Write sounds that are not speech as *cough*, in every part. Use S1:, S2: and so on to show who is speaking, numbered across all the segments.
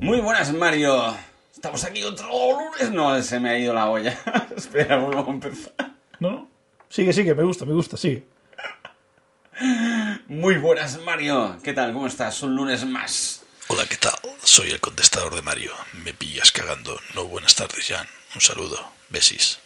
S1: buenas, Mario. Estamos aquí otro lunes. No, se me ha ido la olla. *laughs* Espera, vuelvo a empezar.
S2: ¿No? Sigue, sigue, me gusta, me gusta, sigue.
S1: Muy buenas, Mario. ¿Qué tal? ¿Cómo estás? Un lunes más.
S3: Hola, ¿qué tal? Soy el contestador de Mario. Me pillas cagando. No, buenas tardes, Jan. Un saludo. Besis.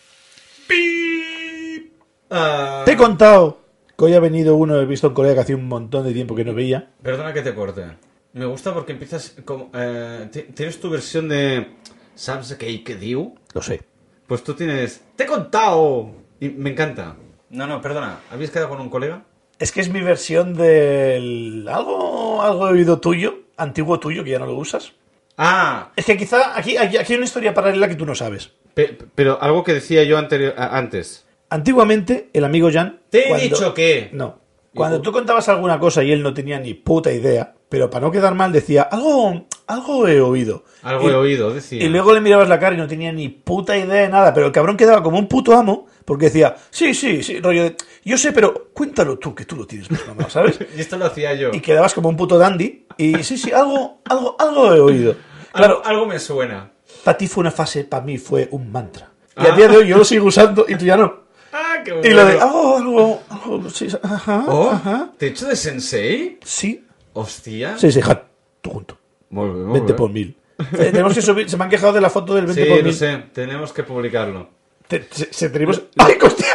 S1: Ah,
S2: Te he contado que hoy ha venido uno, he visto en Corea que hacía un montón de tiempo que no veía.
S1: Perdona que te corte. Me gusta porque empiezas como... eh, ti- ¿Tienes tu versión de... ¿Sabes qué que diu?
S2: Lo sé.
S1: Pues tú tienes... ¡Te he contado! Y me encanta. No, no, perdona. ¿Habéis quedado con un colega?
S2: Es que es mi versión del... Algo, algo he oído tuyo, antiguo tuyo, que ya no lo usas.
S1: Ah,
S2: Es que quizá aquí, aquí, aquí hay una historia paralela que tú no sabes.
S1: pe- pero algo que decía yo anterior- a- antes.
S2: Antiguamente, el amigo Jan...
S1: Te he dicho que-
S2: No. Cuando
S1: Hijo.
S2: tú contabas alguna cosa y él no tenía ni puta idea, pero para no quedar mal decía, algo, algo he oído.
S1: Algo
S2: Y-
S1: he oído, decía.
S2: Y luego le mirabas la cara y no tenía ni puta idea de nada, pero el cabrón quedaba como un puto amo porque decía, sí, sí, sí, rollo de, yo sé, pero cuéntalo tú, que tú lo tienes más mamado", ¿sabes?
S1: *laughs* Y esto lo hacía yo.
S2: Y quedabas como un puto dandy y sí, sí, algo, algo, algo he oído.
S1: Algo,
S2: Claro,
S1: algo me suena.
S2: para ti fue una fase, para mí fue un mantra. Y
S1: Ah.
S2: a día de hoy yo lo sigo usando y tú ya no.
S1: Ah, qué bueno.
S2: Y lo de, algo, algo, algo, sí, ajá,
S1: Oh,
S2: ajá,
S1: ¿Te echo de sensei?
S2: sí,
S1: Hostia.
S2: sí, sí, ja, tú junto,
S1: Muy bien, muy
S2: 20
S1: bien.
S2: por mil. Eh, Tenemos que subir, se me han quejado de la foto del 20
S1: Sí,
S2: por
S1: no
S2: mil.
S1: sé, tenemos que publicarlo.
S2: Te- se, se tenemos... *laughs* ¡Ay, hostia!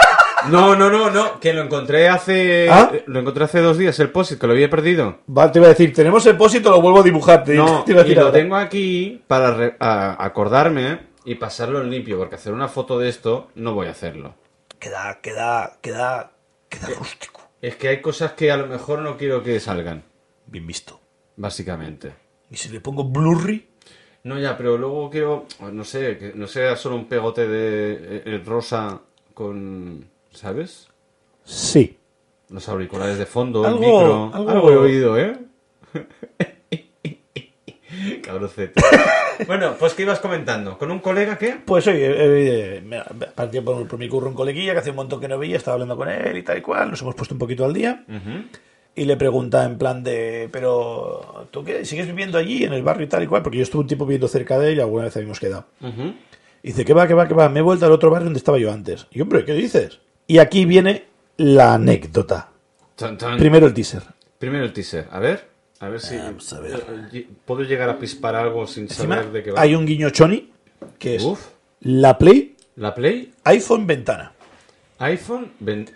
S1: No, no, no, no, que lo encontré hace.
S2: ¿Ah?
S1: Lo encontré hace dos días, el post que lo había perdido.
S2: Va, te iba a decir, tenemos el pósito, lo vuelvo a dibujar. Te,
S1: No,
S2: *laughs* te iba a
S1: y
S2: decir
S1: lo
S2: ahora.
S1: tengo aquí para re- a- acordarme y pasarlo en limpio, porque hacer una foto de esto no voy a hacerlo.
S2: Queda, queda, queda, queda rústico.
S1: Es que hay cosas que a lo mejor no quiero que salgan,
S2: Bien visto.
S1: básicamente.
S2: Y si le pongo blurry,
S1: No, ya, pero luego quiero, no sé, que no sea solo un pegote de eh, eh, rosa con, ¿sabes?
S2: sí.
S1: Los auriculares de fondo,
S2: Algo-
S1: el micro.
S2: algo-
S1: Algo, he oído, ¿eh? *laughs* Cabrocete. bueno, pues que ibas comentando. ¿Con un colega qué?
S2: Pues oye, eh, eh, me me partí por, por mi curro un coleguilla que hace un montón que no veía, estaba hablando con él y tal y cual, nos hemos puesto un poquito al día. Y le pregunta en plan de, pero ¿tú qué? ¿Sigues viviendo allí en el barrio y tal y cual? Porque yo estuve un tiempo viviendo cerca de él y alguna vez habíamos quedado.
S1: Ujú.
S2: Y dice, ¿qué va, qué va, qué va? Me he vuelto al otro barrio donde estaba yo antes. Y hombre, ¿qué dices? Y aquí viene la anécdota.
S1: Tan, tan.
S2: Primero el teaser.
S1: Primero el teaser. A ver. A ver si.
S2: Vamos Ah, pues a ver.
S1: Eh, eh, ¿Puedo llegar a pispar algo sin
S2: Encima
S1: saber de qué va?
S2: hay un guiño choni que es
S1: Uf.
S2: la Play
S1: La Play,
S2: iPhone ventana.
S1: iPhone, ven-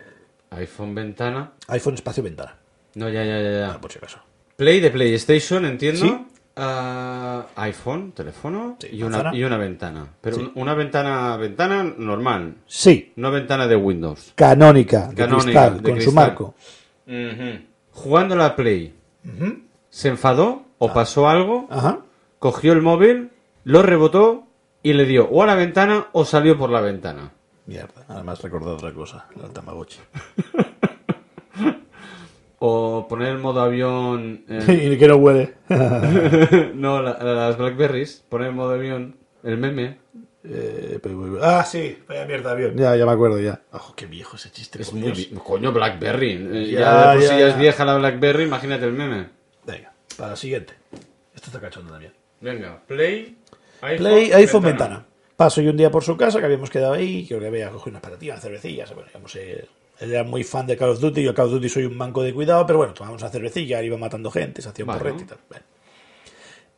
S1: iPhone ventana.
S2: iPhone espacio ventana. Ah,
S1: No, ya, ya, ya. ya.
S2: Por si acaso.
S1: Play de PlayStation, entiendo.
S2: Sí.
S1: Ah, iPhone, teléfono
S2: Sí,
S1: y, una,
S2: manzana.
S1: y una ventana. Pero
S2: Sí.
S1: un- una ventana ventana normal,
S2: Sí,
S1: no ventana de Windows.
S2: canónica, de
S1: Canónica,
S2: cristal,
S1: de
S2: con su
S1: cristal.
S2: marco.
S1: Jugando a la Play, se enfadó
S2: Ah.
S1: o pasó algo,
S2: Ajá.
S1: cogió el móvil, lo rebotó y le dio o a la ventana o salió por la ventana.
S2: Mierda, además recordado otra cosa, la Tamagotchi.
S1: O poner el modo avión.
S2: *laughs*
S1: eh,
S2: *laughs* y que no huele.
S1: no, la- las Blackberries. Poner el modo avión. El meme.
S2: Eh, pero muy- ah, sí, vaya mierda, avión. Ya, ya me acuerdo, ya. Ojo, qué viejo ese chiste.
S1: Es
S2: por
S1: muy.
S2: Dios.
S1: vi- Coño, Blackberry. eh, ya,
S2: Ya,
S1: de por sí
S2: ya,
S1: ya
S2: ya.
S1: es vieja la Blackberry, imagínate el meme.
S2: Venga, para la siguiente. Esto está cachondo también.
S1: Venga, Play. iPhone,
S2: Play, iPhone, ventana. Paso yo un día por su casa, que habíamos quedado ahí, creo que había cogido unas patatillas, unas cervecillas. Bueno, íbamos, eh, él era muy fan de Call of Duty, yo Call of Duty soy un manco de cuidado, pero bueno, tomamos una cervecilla, él iba matando gente, se hacía un
S1: Vale.
S2: porrete y tal. Bueno.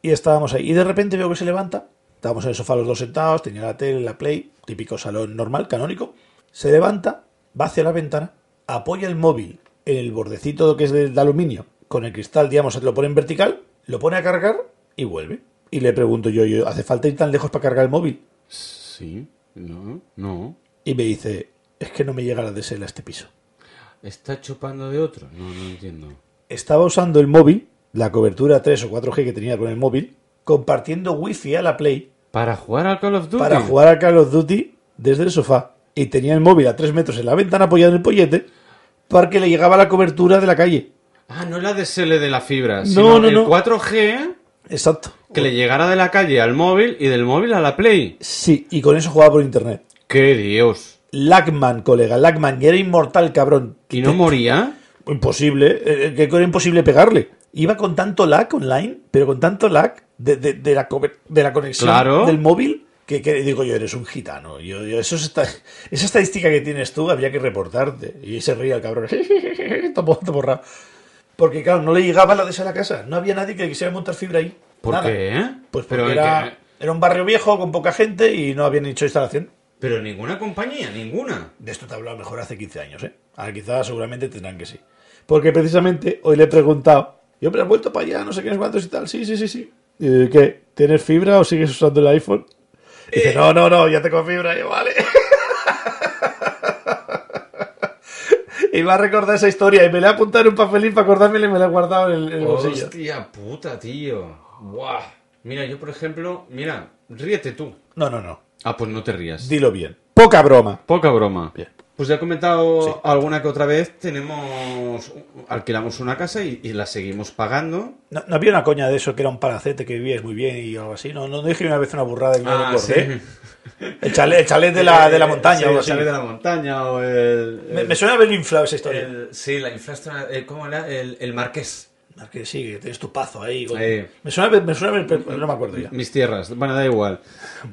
S2: Y estábamos ahí, y de repente veo que se levanta, estábamos en el sofá los dos sentados, tenía la tele, la Play, típico salón normal, canónico. Se levanta, va hacia la ventana, apoya el móvil en el bordecito que es de, de aluminio, con el cristal, digamos, lo pone en vertical, lo pone a cargar y vuelve. Y le pregunto yo, yo, ¿hace falta ir tan lejos para cargar el móvil?
S1: Sí, no, no.
S2: Y me dice, es que no me llega la DSL a este piso.
S1: ¿Está chupando de otro? No, no entiendo.
S2: Estaba usando el móvil, la cobertura 3 o 4G que tenía con el móvil, compartiendo wifi a la Play
S1: ¿Para jugar al Call of Duty?
S2: para jugar a Call of Duty desde el sofá. Y tenía el móvil a 3 metros en la ventana apoyado en el pollete porque le llegaba la cobertura de la calle.
S1: Ah, no la DSL de la fibra,
S2: No,
S1: sino
S2: no,
S1: el
S2: no.
S1: 4G
S2: Exacto.
S1: que le llegara de la calle al móvil y del móvil a la Play.
S2: Sí, y con eso jugaba por internet.
S1: ¡Qué Dios!
S2: Lagman, colega, Lagman, y era inmortal, cabrón.
S1: ¿Y no moría?
S2: Imposible, eh, eh, que era imposible pegarle. Iba con tanto lag online, pero con tanto lag de, de- de la, co- de la conexión
S1: Claro.
S2: del móvil. Que, que digo yo, eres un gitano. Yo, yo- eso es esta- esa estadística que tienes tú había que reportarte. Y se ría el cabrón. *laughs* Está bo- está borrado. Porque, claro, no le llegaba la de esa a la casa. No había nadie que quisiera montar fibra ahí.
S1: ¿Por
S2: Nada.
S1: qué?
S2: Pues porque
S1: pero, en
S2: era,
S1: que-
S2: era un barrio viejo con poca gente y no habían hecho instalación.
S1: pero ninguna compañía, ninguna.
S2: De esto te hablo a lo mejor hace 15 años, ¿eh? Ahora quizás seguramente tendrán que sí. Porque precisamente hoy le he preguntado, yo pero has vuelto para allá, no sé qué, no sé cuántos y tal. Sí, sí, sí, sí. Y, ¿Qué? ¿Tienes fibra o sigues usando el iPhone? Y dice, no, no, no, ya tengo fibra, Y yo, vale. *laughs* y va a recordar esa historia y me la he apuntado en un papelín para acordármela y me la he guardado en el, en el bolsillo.
S1: Hostia puta, tío. Buah. Mira, yo por ejemplo, mira, ríete tú.
S2: No, no, no.
S1: Ah, pues no te rías.
S2: Dilo bien. Poca broma.
S1: Poca broma.
S2: Bien.
S1: Pues ya he comentado
S2: Sí.
S1: alguna que otra vez, tenemos, alquilamos una casa y, y la seguimos pagando.
S2: No, no había una coña de eso que era un palacete que vivías muy bien y algo así. No, no dije una vez una burrada y no
S1: Ah,
S2: lo corté.
S1: sí.
S2: El chalet, el chalet de, la, de la
S1: Eh,
S2: montaña.
S1: sí,
S2: o algo
S1: el chalet de
S2: así.
S1: la montaña o el...
S2: Me,
S1: el-
S2: me suena haber inflado esa historia.
S1: el- sí, la infraestructura, eh, ¿cómo era? El, el marqués.
S2: Que sí, que tienes tu pazo ahí. coño.
S1: Ahí.
S2: Me suena haber, me suena haber- pero no me acuerdo ya.
S1: Mis tierras, bueno, da igual.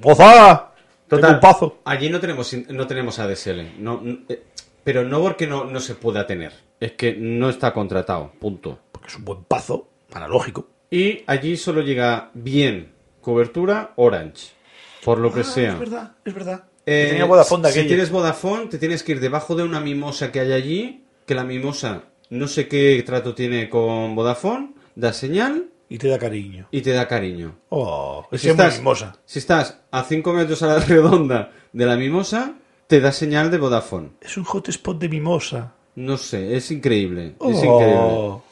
S2: ¡Gozada! Tengo un pazo.
S1: allí no tenemos, in- no tenemos ADSL. No, n- eh, pero no porque no, no se pueda tener. Es que no está contratado, punto.
S2: Porque es un buen pazo, analógico.
S1: Y allí solo llega bien cobertura Orange, por lo que
S2: Ah,
S1: sea.
S2: Es verdad, es verdad.
S1: Eh,
S2: Tenía Vodafone de
S1: si
S2: aquello.
S1: tienes Vodafone, te tienes que ir debajo de una mimosa que hay allí, que la mimosa no sé qué trato tiene con Vodafone, da señal
S2: Y te da cariño.
S1: y te da cariño.
S2: Oh,
S1: Y
S2: es que es muy mimosa.
S1: si estás a 5 metros a la *laughs* redonda de la mimosa, te da señal de Vodafone.
S2: Es un hotspot de mimosa.
S1: No sé, es increíble. Es
S2: Oh.
S1: increíble.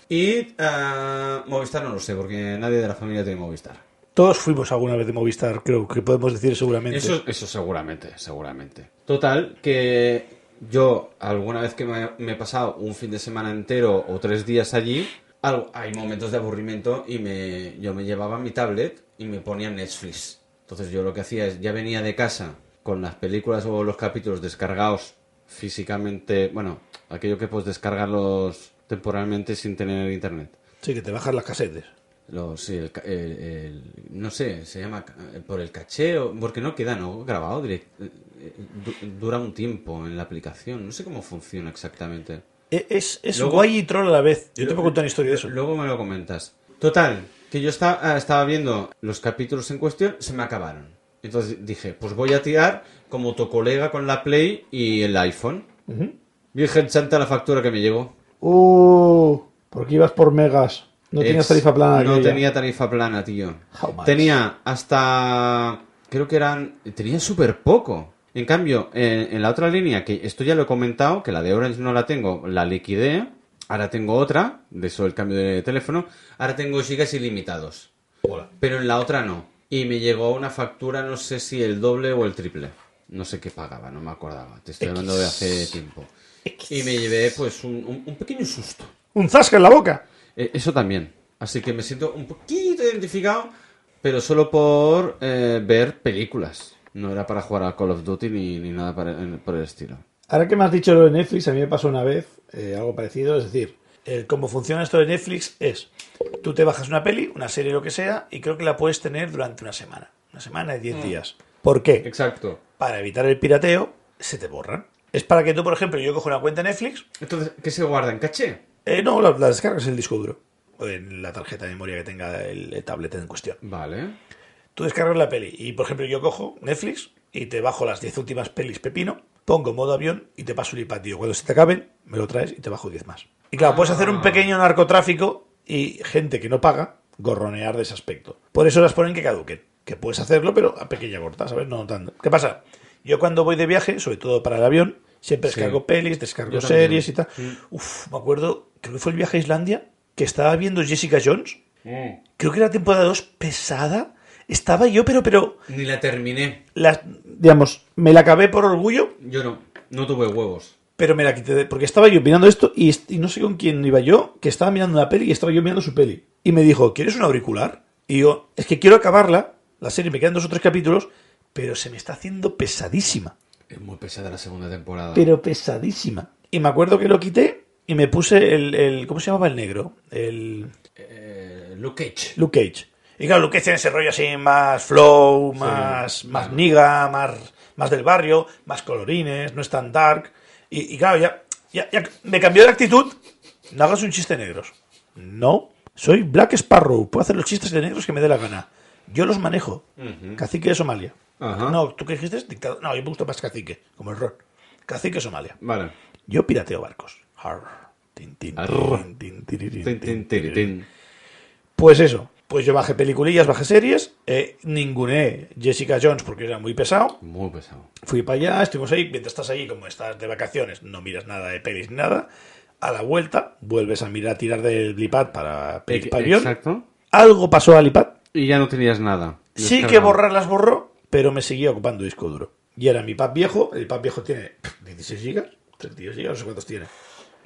S1: Y ah, Movistar no lo sé, porque nadie de la familia tiene Movistar.
S2: Todos fuimos alguna vez de Movistar, creo que podemos decir seguramente.
S1: Eso, eso seguramente, seguramente. Total, que yo alguna vez que me, me he pasado un fin de semana entero o tres días allí, al- hay momentos de aburrimiento y me, yo me llevaba mi tablet y me ponía Netflix. Entonces yo lo que hacía es, ya venía de casa con las películas o los capítulos descargados físicamente, bueno, aquello que puedes descargarlos temporalmente sin tener internet.
S2: Sí, que te bajas las casetes.
S1: Los, sí, el ca- el- el- no sé, se llama ca- por el caché, o- porque no queda no grabado, direct- eh, eh, du- dura un tiempo en la aplicación, no sé cómo funciona exactamente.
S2: E- Es, es
S1: Luego-
S2: guay y troll a la vez. Yo te puedo contar una historia de eso.
S1: Luego me lo comentas. Total, que yo esta- ah, estaba viendo los capítulos en cuestión, se me acabaron. Entonces dije, pues voy a tirar como tu colega con la Play y el iPhone. Virgen santa la factura que me llegó.
S2: Uh, porque ibas por megas. No tenías
S1: Ex-
S2: tarifa plana.
S1: No
S2: aquella.
S1: tenía tarifa plana, tío.
S2: How much?
S1: Tenía hasta. Creo que eran. Tenía súper poco. En cambio, en, en la otra línea, que esto ya lo he comentado, que la de Orange no la tengo, la liquidé. Ahora tengo otra, de eso el cambio de teléfono. Ahora tengo gigas ilimitados. Pero en la otra no. Y me llegó una factura, no sé si el doble o el triple. No sé qué pagaba, no me acordaba. Te estoy hablando de hace tiempo. Y me llevé, pues, un- un- un pequeño susto.
S2: Un zasca en la boca.
S1: Eh, Eso también. Así que me siento un poquito identificado, pero solo por eh, ver películas. No era para jugar a Call of Duty ni, ni nada para- en- por el estilo.
S2: Ahora que me has dicho lo de Netflix, a mí me pasó una vez eh, algo parecido. Es decir, eh, cómo funciona esto de Netflix es, tú te bajas una peli, una serie, lo que sea, y creo que la puedes tener durante una semana. Una semana y
S1: Ah.
S2: 10 días. ¿Por qué?
S1: Exacto.
S2: Para evitar el pirateo, se te borran. Es para que tú, por ejemplo, yo cojo una cuenta de Netflix,
S1: Entonces, ¿qué se guarda en caché?
S2: eh, no, la, la descargas en el disco duro. O en la tarjeta de memoria que tenga el, el tablet en cuestión.
S1: Vale.
S2: Tú descargas la peli y, por ejemplo, yo cojo Netflix y te bajo las 10 últimas pelis pepino, pongo modo avión y te paso el iPad. Digo, cuando se te acaben, me lo traes y te bajo 10 más. Y claro, puedes hacer un pequeño narcotráfico y gente que no paga gorronear de ese aspecto. Por eso las ponen que caduquen. Que puedes hacerlo, pero a pequeña corta, ¿sabes? No tanto. ¿Qué pasa? Yo cuando voy de viaje, sobre todo para el avión, siempre
S1: Sí.
S2: descargo pelis, descargo
S1: Yo también. Mm.
S2: series y tal. Uf, me acuerdo, creo que fue el viaje a Islandia, que estaba viendo Jessica Jones
S1: Mm.
S2: creo que era temporada 2 pesada. Estaba yo, pero, pero,
S1: Ni la terminé.
S2: la, digamos, me la acabé por orgullo,
S1: Yo no. No tuve huevos.
S2: pero me la quité, de- porque estaba yo mirando esto y, est- y no sé con quién iba yo, que estaba mirando una peli y estaba yo mirando su peli. Y me dijo, ¿quieres un auricular? Y yo, es que quiero acabarla, la serie, me quedan dos o tres capítulos, pero se me está haciendo pesadísima,
S1: Es muy pesada la segunda temporada.
S2: pero pesadísima. Y me acuerdo que lo quité y me puse el, el ¿cómo se llamaba el negro? El
S1: Eh, Luke Cage.
S2: Luke Cage. Y claro, Luquece en ese rollo así más flow, más, más niga, más, más del barrio, más colorines, no es tan dark. Y, y claro, ya, ya, ya me cambió de actitud. No hagas un chiste de negros. No, soy Black Sparrow. Puedo hacer los chistes de negros que me dé la gana. Yo los manejo. Cacique de Somalia.
S1: Ajá.
S2: No, ¿tú qué dijiste? Dictador. No, yo me gusta más cacique, como el rock. Cacique de Somalia.
S1: Vale.
S2: Yo pirateo barcos. Arr. Tin, tin,
S1: Arr.
S2: tin, tin, tirirín,
S1: Tin,
S2: tin,
S1: tin, tiri, tin.
S2: pues eso. Pues yo bajé peliculillas, bajé series, eh, ninguneé Jessica Jones porque era muy pesado.
S1: Muy pesado.
S2: Fui para allá, estuvimos ahí. Mientras estás ahí, como estás de vacaciones, no miras nada de pelis ni nada. A la vuelta, vuelves a mirar, a tirar del blipad para pelis para guión.
S1: Exacto.
S2: Algo pasó al iPad.
S1: Y ya no tenías nada.
S2: Sí
S1: Descargado.
S2: que borrar las borró, pero me seguía ocupando disco duro. Y era mi pad viejo. El pad viejo tiene pff, 16 gigas, 32 gigas, no sé cuántos tiene.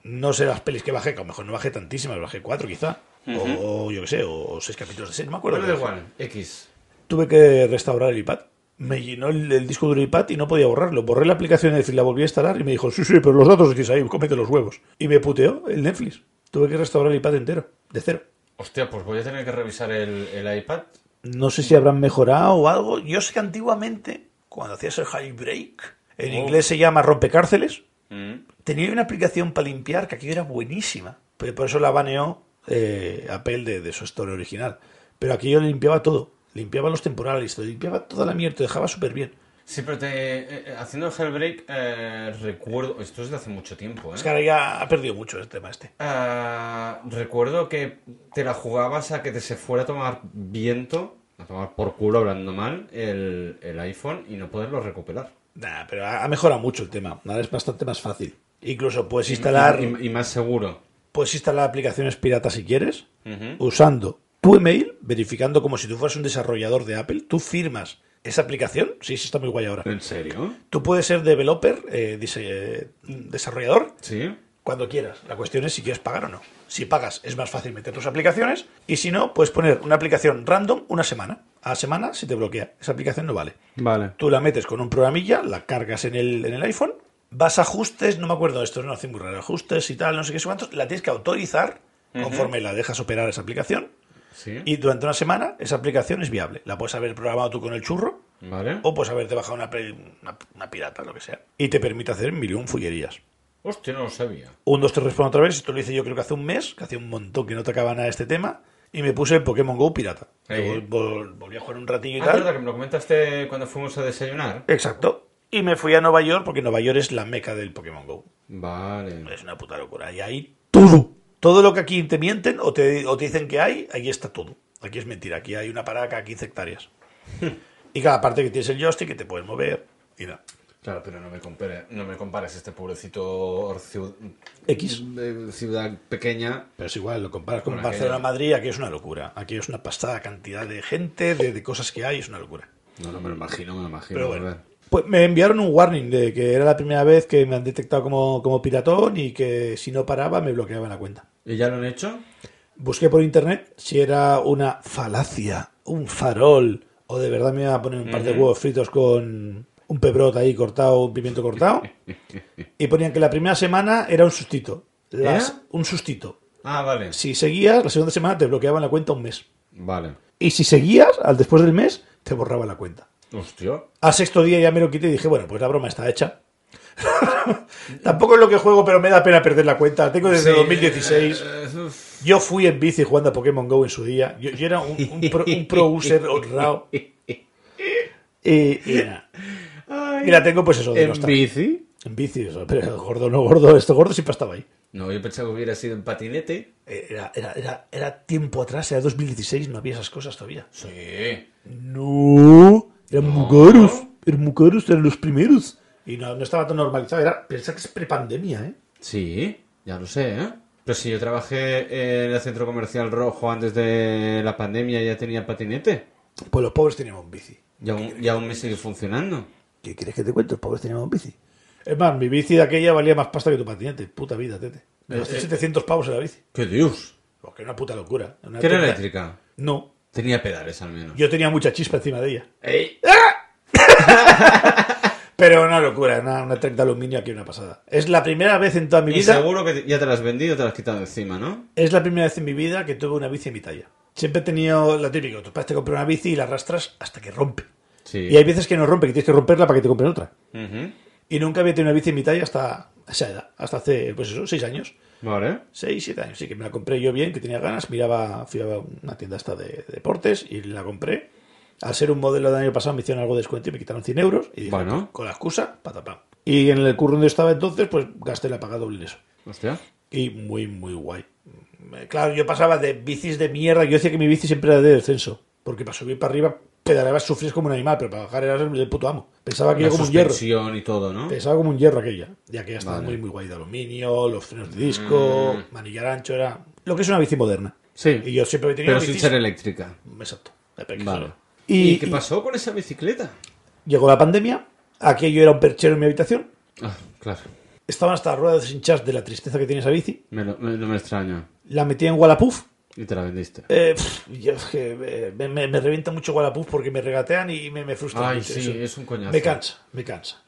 S2: No sé las pelis que bajé, que a lo mejor no bajé tantísimas, bajé cuatro quizá. O yo qué sé, o seis capítulos de serie, no me acuerdo.
S1: Bueno, da
S2: Pero
S1: igual. X.
S2: Tuve que restaurar el iPad. Me llenó el, el disco duro iPad y no podía borrarlo. Borré la aplicación de Netflix, la volví a instalar y me dijo, sí, sí, pero los datos decís ahí, cómete los huevos. Y me puteó el Netflix. Tuve que restaurar el iPad entero, de cero.
S1: Hostia, pues voy a tener que revisar el, el iPad.
S2: No sé si habrán mejorado o algo. Yo sé que antiguamente, cuando hacías el jailbreak, en
S1: Oh.
S2: inglés se llama rompecárceles,
S1: Mm.
S2: tenía una aplicación para limpiar que aquí era buenísima. Pero por eso la baneó eh, Apple de, de su historia original. Pero aquí yo limpiaba todo. Limpiaba los temporales, te limpiaba toda la mierda, te dejaba súper bien.
S1: Sí, pero te, eh, haciendo el Hellbreak eh, recuerdo... Esto es de hace mucho tiempo, ¿eh?
S2: Es que ahora ya ha perdido mucho el tema este.
S1: Ah, recuerdo que te la jugabas a que te se fuera a tomar viento, a tomar por culo hablando mal, el, el iPhone y no poderlo recuperar.
S2: Nah, pero ha ha mejorado mucho el tema. Ahora es bastante más fácil. Incluso puedes instalar,
S1: Y, y más seguro.
S2: puedes instalar aplicaciones piratas si quieres.
S1: Ujú.
S2: usando tu email, verificando como si tú fueras un desarrollador de Apple, tú firmas esa aplicación. Sí, sí, está muy guay ahora.
S1: ¿En serio?
S2: Tú puedes ser developer, eh, dise- eh, desarrollador,
S1: Sí.
S2: cuando quieras. La cuestión es si quieres pagar o no. Si pagas, es más fácil meter tus aplicaciones. Y si no, puedes poner una aplicación random una semana. A la semana se te bloquea. Esa aplicación no vale.
S1: Vale.
S2: Tú la metes con un programilla, la cargas en el, en el iPhone, vas a ajustes, no me acuerdo de esto, no hace muy raro, ajustes y tal, no sé qué, sé cuántos, la tienes que autorizar conforme la dejas operar esa aplicación.
S1: Sí.
S2: Y durante una semana esa aplicación es viable. La puedes haber programado tú con el churro
S1: Vale.
S2: o puedes haberte bajado una, pre- una- una pirata, lo que sea. Y te permite hacer mil y un fullerías.
S1: Hostia, no lo sabía.
S2: Un, dos, tres, respondo otra vez. Esto lo hice yo creo que hace un mes, que hacía un montón que no tocaba nada este tema. Y me puse Pokémon Go pirata.
S1: Ahí.
S2: Vol- vol- volví a jugar un ratillo y
S1: Ah,
S2: tal.
S1: verdad que me lo comentaste cuando fuimos a desayunar.
S2: Exacto. Y me fui a Nueva York porque Nueva York es la meca del Pokémon Go.
S1: Vale.
S2: Es una puta locura. Y ahí todo. Todo lo que aquí te mienten o te, o te dicen que hay, ahí está todo. Aquí es mentira. Aquí hay una parada cada 15 hectáreas. Hmm. y cada parte que tienes el joystick que te puedes mover. Y nada.
S1: Claro, pero no me compares, no me compares este pobrecito ciu-
S2: X.
S1: de ciudad pequeña.
S2: Pero es igual, lo comparas con,
S1: Con
S2: Barcelona
S1: aquello.
S2: Madrid, aquí es una locura. Aquí es una pastada cantidad de gente, de, de cosas que hay, es una locura.
S1: No, no me lo imagino, me lo imagino.
S2: Pero
S1: a
S2: bueno.
S1: ver.
S2: Pues me enviaron un warning de que era la primera vez que me han detectado como, como piratón y que si no paraba me bloqueaban la cuenta.
S1: ¿Y ya lo han hecho?
S2: Busqué por internet si era una falacia, un farol, o de verdad me iban a poner un par de huevos fritos con un pebrot ahí cortado, un pimiento cortado. y ponían que la primera semana era un sustito. Las-
S1: ¿Era?
S2: Un sustito.
S1: Ah, vale.
S2: Si seguías, la segunda semana te bloqueaban la cuenta un mes.
S1: Vale.
S2: Y si seguías, al después del mes, te borraban la cuenta.
S1: Hostia.
S2: Al sexto día ya me lo quité y dije, bueno, pues la broma está hecha. *laughs* Tampoco es lo que juego, pero me da pena perder la cuenta. Tengo desde
S1: Sí,
S2: 2016.
S1: eh, uf.
S2: Yo fui en bici jugando a Pokémon Go en su día. Yo, yo era un, un pro, un pro user honrado. Y, *laughs* y nada.
S1: Ay.
S2: Y la tengo pues eso de
S1: ¿En
S2: nostalgia.
S1: bici?
S2: En bici, eso, pero gordo no gordo, esto gordo siempre estaba ahí.
S1: No, yo pensaba que hubiera sido en patinete.
S2: Eh, Era, era, era, era tiempo atrás, era 2016, no había esas cosas todavía.
S1: Sí.
S2: No, eran muy caros, eran muy caros, eran los primeros. Y no, no estaba tan normalizado, era, pensad que es prepandemia, ¿eh?
S1: Sí, ya lo sé, ¿eh? Pero si yo trabajé en el centro comercial rojo antes de la pandemia, ya tenía patinete.
S2: Pues los pobres teníamos bici.
S1: Y aún, y aún me sigue funcionando.
S2: ¿Qué quieres que te cuente? Los pobres teníamos bici. Es más, mi bici de aquella valía más pasta que tu patinete. Puta vida, tete. Eh, Me gasté 700 pavos en la bici.
S1: ¡Qué Dios!
S2: Lo Pues que era una puta locura. Una
S1: ¿Que era
S2: época-
S1: eléctrica?
S2: No.
S1: Tenía pedales al menos.
S2: Yo tenía mucha chispa encima de ella.
S1: ¡Ey!
S2: Pero una locura, una, una tren de aluminio aquí, una pasada. Es la primera vez en toda mi
S1: Y
S2: vida.
S1: seguro que te- ya te las has vendido, te las has quitado de encima, ¿no?
S2: Es la primera vez en mi vida que tuve una bici en mi talla. Siempre he tenido lo típico, tus padres te compran una bici y la arrastras hasta que rompe.
S1: Sí.
S2: Y hay veces que no rompe, que tienes que romperla para que te compren otra.
S1: Ujú.
S2: Y nunca había tenido una bici en mi talla hasta esa edad, hasta hace, pues eso, seis años.
S1: Vale.
S2: 6, 7 años. Sí, que me la compré yo bien, que tenía ganas. Miraba, fui a una tienda hasta de deportes y la compré. Al ser un modelo del año pasado me hicieron algo de descuento y me quitaron 100 euros. Y dije,
S1: Bueno.
S2: pues, con la excusa, patapam. Y en el curro donde estaba entonces, pues gasté la paga doble en eso.
S1: Hostia.
S2: Y muy, muy guay. Eh, Claro, yo pasaba de bicis de mierda. Yo decía que mi bici siempre era de descenso. Porque para subir para arriba pedaleabas, sufrías como un animal, pero para bajar eras el puto amo. Pensaba que
S1: La
S2: yo como un hierro.
S1: suspensión y todo, ¿no?
S2: Pesaba como un hierro aquella. Y aquella estaba
S1: Vale. Mm.
S2: muy, muy guay de aluminio, los frenos de disco, manillar ancho, era lo que es una bici moderna.
S1: Sí.
S2: Y yo siempre he tenido
S1: Pero sin
S2: bicis-
S1: ser eléctrica.
S2: Exacto. de pequeño.
S1: Vale.
S2: Y,
S1: ¿Y, qué
S2: y
S1: pasó con esa bicicleta?
S2: llegó la pandemia, aquello era un perchero en mi habitación,
S1: Ah, claro.
S2: estaban hasta las ruedas hinchas de la tristeza que tiene esa bici,
S1: Me lo- me- no me extraña.
S2: la metí en Wallapoof.
S1: Y te la vendiste.
S2: Eh, pff, yo es que eh, me, me- me revienta mucho Wallapoof porque me regatean y me, me frustra
S1: Ay,
S2: mucho
S1: sí,
S2: eso.
S1: es un coñazo.
S2: Me cansa, me cansa.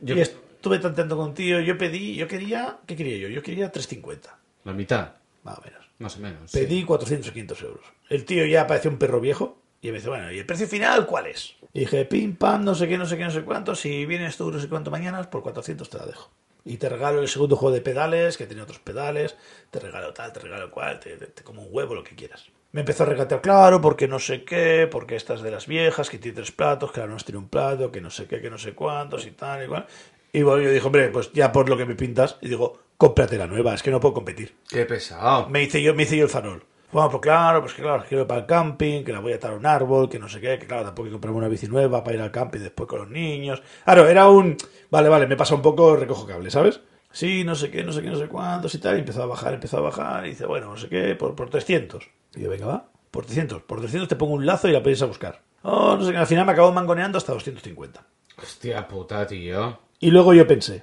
S1: Yo-
S2: Y estuve tanteando contigo, yo pedí, yo quería, ¿qué quería yo? Yo quería 350,
S1: La mitad,
S2: más o menos.
S1: más o menos. sí.
S2: Pedí 400 o 500 euros. El tío ya parecía un perro viejo. Y me dice, bueno, ¿y el precio final cuál es? Y dije, pim, pam, no sé qué, no sé qué, no sé cuánto. Si vienes tú, no sé cuánto mañana, por 400 te la dejo. Y te regalo el segundo juego de pedales, que tiene otros pedales. Te regalo tal, te regalo cual, te, te- te como un huevo, lo que quieras. Me empezó a regatear, claro, porque no sé qué, porque estas de las viejas, que tiene tres platos, que la nuestra tiene un plato, que no sé qué, que no sé cuántos y tal, igual. Y bueno, yo dije, hombre, pues ya por lo que me pintas. Y digo, cómprate la nueva, es que no puedo competir.
S1: Qué pesado.
S2: Me hice yo, me hice yo el farol. Bueno, pues claro, pues que claro, quiero ir para el camping, que la voy a atar a un árbol, que no sé qué, que claro, tampoco hay que comprarme una bici nueva para ir al camping después con los niños. Claro, era un. Vale, vale, me pasa un poco, recojo cable, ¿sabes? Sí, no sé qué, no sé qué, no sé cuántos y tal. Y empezó a bajar, empezó a bajar. Y dice, bueno, no sé qué, por, por 300. Y yo, venga, va, por 300. Por 300 te pongo un lazo y la puedes a buscar. Oh, no sé qué, al final me acabo mangoneando hasta 250.
S1: Hostia puta, tío.
S2: Y luego yo pensé,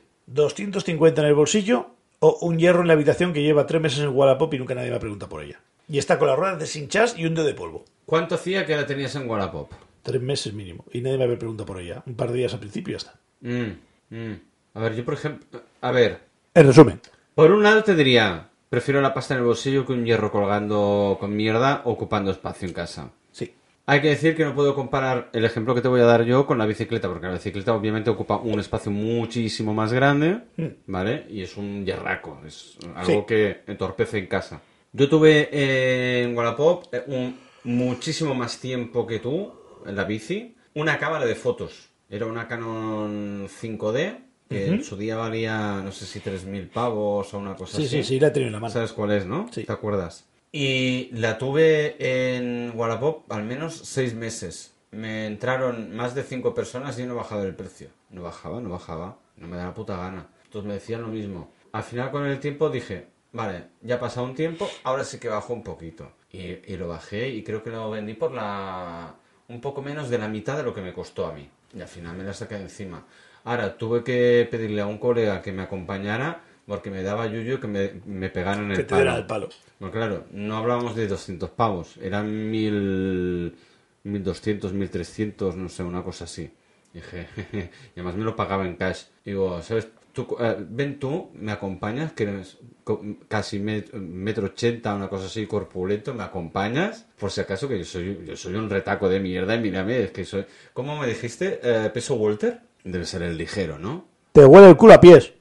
S2: 250 en el bolsillo o un hierro en la habitación que lleva tres meses en Wallapop y nunca nadie me pregunta por ella. Y está con las ruedas deshinchadas y un dedo de polvo.
S1: ¿Cuánto hacía que la tenías en Wallapop?
S2: Tres meses mínimo. Y nadie me había preguntado por ella. Un par de días al principio y ya está.
S1: Mm, mm. A ver, yo por ejemplo... A ver,
S2: En resumen,
S1: por un lado te diría, prefiero la pasta en el bolsillo que un hierro colgando con mierda ocupando espacio en casa.
S2: sí.
S1: Hay que decir que no puedo comparar el ejemplo que te voy a dar yo con la bicicleta, porque la bicicleta obviamente ocupa un espacio muchísimo más grande, ¿vale? Y es un yerraco, es algo
S2: Mm. Sí.
S1: que entorpece en casa. Yo tuve eh, en Wallapop eh, un, muchísimo más tiempo que tú en la bici, una cámara de fotos. Era una Canon 5D, que en su día valía, no sé si 3.000 pavos o una cosa
S2: Pues Sí,
S1: así.
S2: sí, sí, la he tenido en la mano.
S1: ¿Sabes cuál es, no?
S2: Sí.
S1: ¿Te acuerdas? Y la tuve en Wallapop al menos seis meses. Me entraron más de cinco personas y no bajaba el precio. No bajaba, no bajaba. No me da la puta gana. Entonces me decían lo mismo. Al final con el tiempo dije, vale, ya ha pasado un tiempo, ahora sí que bajo un poquito. Y, y lo bajé y creo que lo vendí por la... un poco menos de la mitad de lo que me costó a mí. Y al final me la saqué de encima. Ahora tuve que pedirle a un colega que me acompañara porque me daba yuyo que me, me pegaran en el
S2: Que te
S1: palo.
S2: diera el palo.
S1: Bueno, claro, no hablábamos de 200 pavos, eran 1000, 1200, 1300, no sé, una cosa así. Dije, *laughs* jeje, y además me lo pagaba en cash. Digo, ¿sabes? Tú, eh, ven tú, me acompañas, que eres co- casi met- metro ochenta, una cosa así, corpulento, me acompañas, por si acaso que yo soy, yo soy un retaco de mierda y mírame, es que soy... ¿Cómo me dijiste? Eh, ¿Peso Walter? Debe ser el ligero, ¿no?
S2: *laughs* Te huele el culo a pies.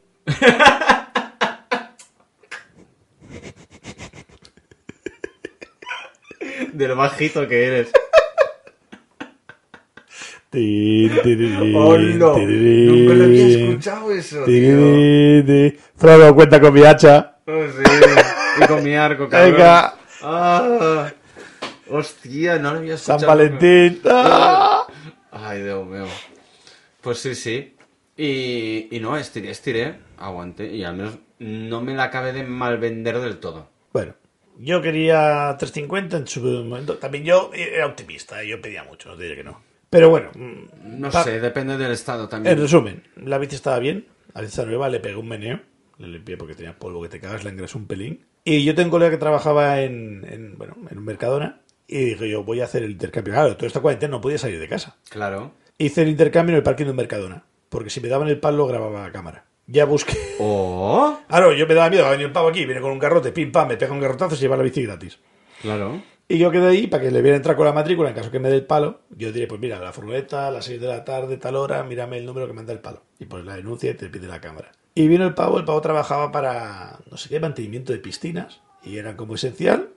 S1: De lo bajito que eres.
S2: *laughs* ¡Hola!
S1: Oh, Nunca lo había escuchado eso, tío.
S2: Frodo cuenta con mi hacha.
S1: Oh, sí. Y con mi arco, cabrón.
S2: Venga.
S1: Ah, hostia, no lo había escuchado.
S2: San Valentín. ¡Ah!
S1: Ay, Dios mío. Pues sí, sí. Y, y no, estiré, estiré, aguanté. Y al menos no me la acabé de mal vender del todo.
S2: Bueno, yo quería 350 en su momento. También yo era optimista, eh, yo pedía mucho, no te diré que no. Pero bueno, mm,
S1: No
S2: pa-
S1: sé, depende del estado
S2: En
S1: también.
S2: resumen, la bici estaba bien, la bici estaba nueva, le pegué un meneo, le limpié porque tenía polvo que te cagas, la engrasé un pelín. Y yo tengo un colega que trabajaba en, en, bueno, en un Mercadona y dije yo voy a hacer el intercambio. Claro, toda esta cuarentena no podía salir de casa.
S1: Claro.
S2: Hice el intercambio en el parking de un Mercadona, porque si me daban el palo grababa a cámara. Ya busqué *laughs*
S1: Oh,
S2: Claro, yo me daba miedo, va a venir el pavo aquí, viene con un garrote, pim pam, me pega un garrotazo y se lleva la bici gratis.
S1: claro.
S2: Y yo quedé ahí para que le viera entrar con la matrícula en caso que me dé el palo. Yo diré, pues mira, la furgoneta a las 6 de la tarde, tal hora, mírame el número que manda el palo. Y pues la denuncia y te pide la cámara. Y vino el pavo, el pavo trabajaba para no sé qué mantenimiento de piscinas y era como esencial.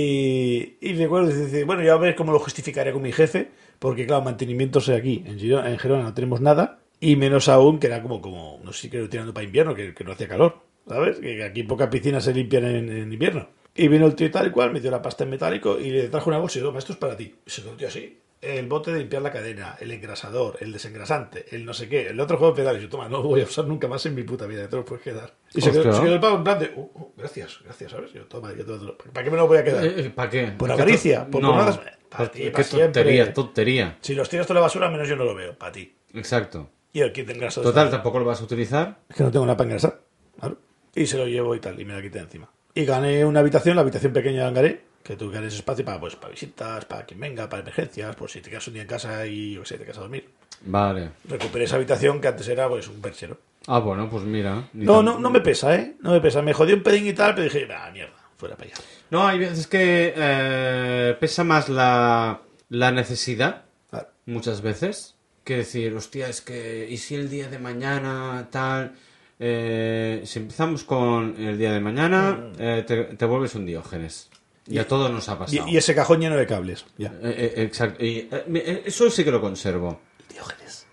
S2: Y, y recuerdo, dice, bueno, ya ver cómo lo justificaré con mi jefe, porque claro, mantenimientos aquí, en Girona, en Gerona no tenemos nada, y menos aún que era como, como no sé, creo tirando para invierno, que, que no hacía calor, ¿sabes? Que aquí pocas piscinas se limpian en, en invierno. Y vino el tío y tal y cual, me dio la pasta en metálico y le trajo una bolsa y dijo, esto es para ti. Y se lo dio así. El bote de limpiar la cadena, el engrasador, el desengrasante, el no sé qué, el otro juego de pedales. Yo, toma, no lo voy a usar nunca más en mi puta vida, te lo puedes quedar. Y se quedó,
S1: Ostras.
S2: se quedó el pavo en plan de, "Oh, oh, gracias, gracias, ¿sabes? Yo, toma, yo te lo- ¿Para qué me lo voy a quedar?
S1: ¿Para Eh, qué?
S2: Por
S1: ¿Qué
S2: avaricia,
S1: to-
S2: por-
S1: no,
S2: por nada-
S1: pa-
S2: pa' ti,
S1: Qué
S2: pa' siempre.
S1: tontería, tontería.
S2: Si los tiras toda la basura, menos yo no lo veo, para ti.
S1: Exacto.
S2: Y el kit de engrasador.
S1: Total, tampoco lo vas a utilizar.
S2: Es que no tengo nada para engrasar. Claro. Y se lo llevo y tal, y me la quité de encima. Y gané una habitación, la habitación pequeña de Angaré, que tú ganes espacio para, pues, para visitas, para quien venga, para emergencias, por si te quedas un día en casa y yo qué sé, te quedas a dormir.
S1: Vale.
S2: Recuperé esa habitación que antes era pues un perchero.
S1: Ah, bueno, pues mira. ni
S2: No,
S1: tan-
S2: no, no me pesa, ¿eh? No me pesa. Me jodió un pedín y tal, pero dije, ah, mierda, fuera para allá.
S1: No, hay veces que eh, pesa más la, la necesidad,
S2: Claro.
S1: muchas veces, que decir, hostia, es que, ¿y si el día de mañana tal? Eh, si empezamos con el día de mañana, eh, te, te vuelves un diógenes. Y a todos nos ha
S2: Mm. Y,
S1: pasado.
S2: y ese cajón lleno de cables. Ya.
S1: Eh, eh, exacto. Y, eh, me- eh, eso sí que lo conservo.
S2: Diógenes.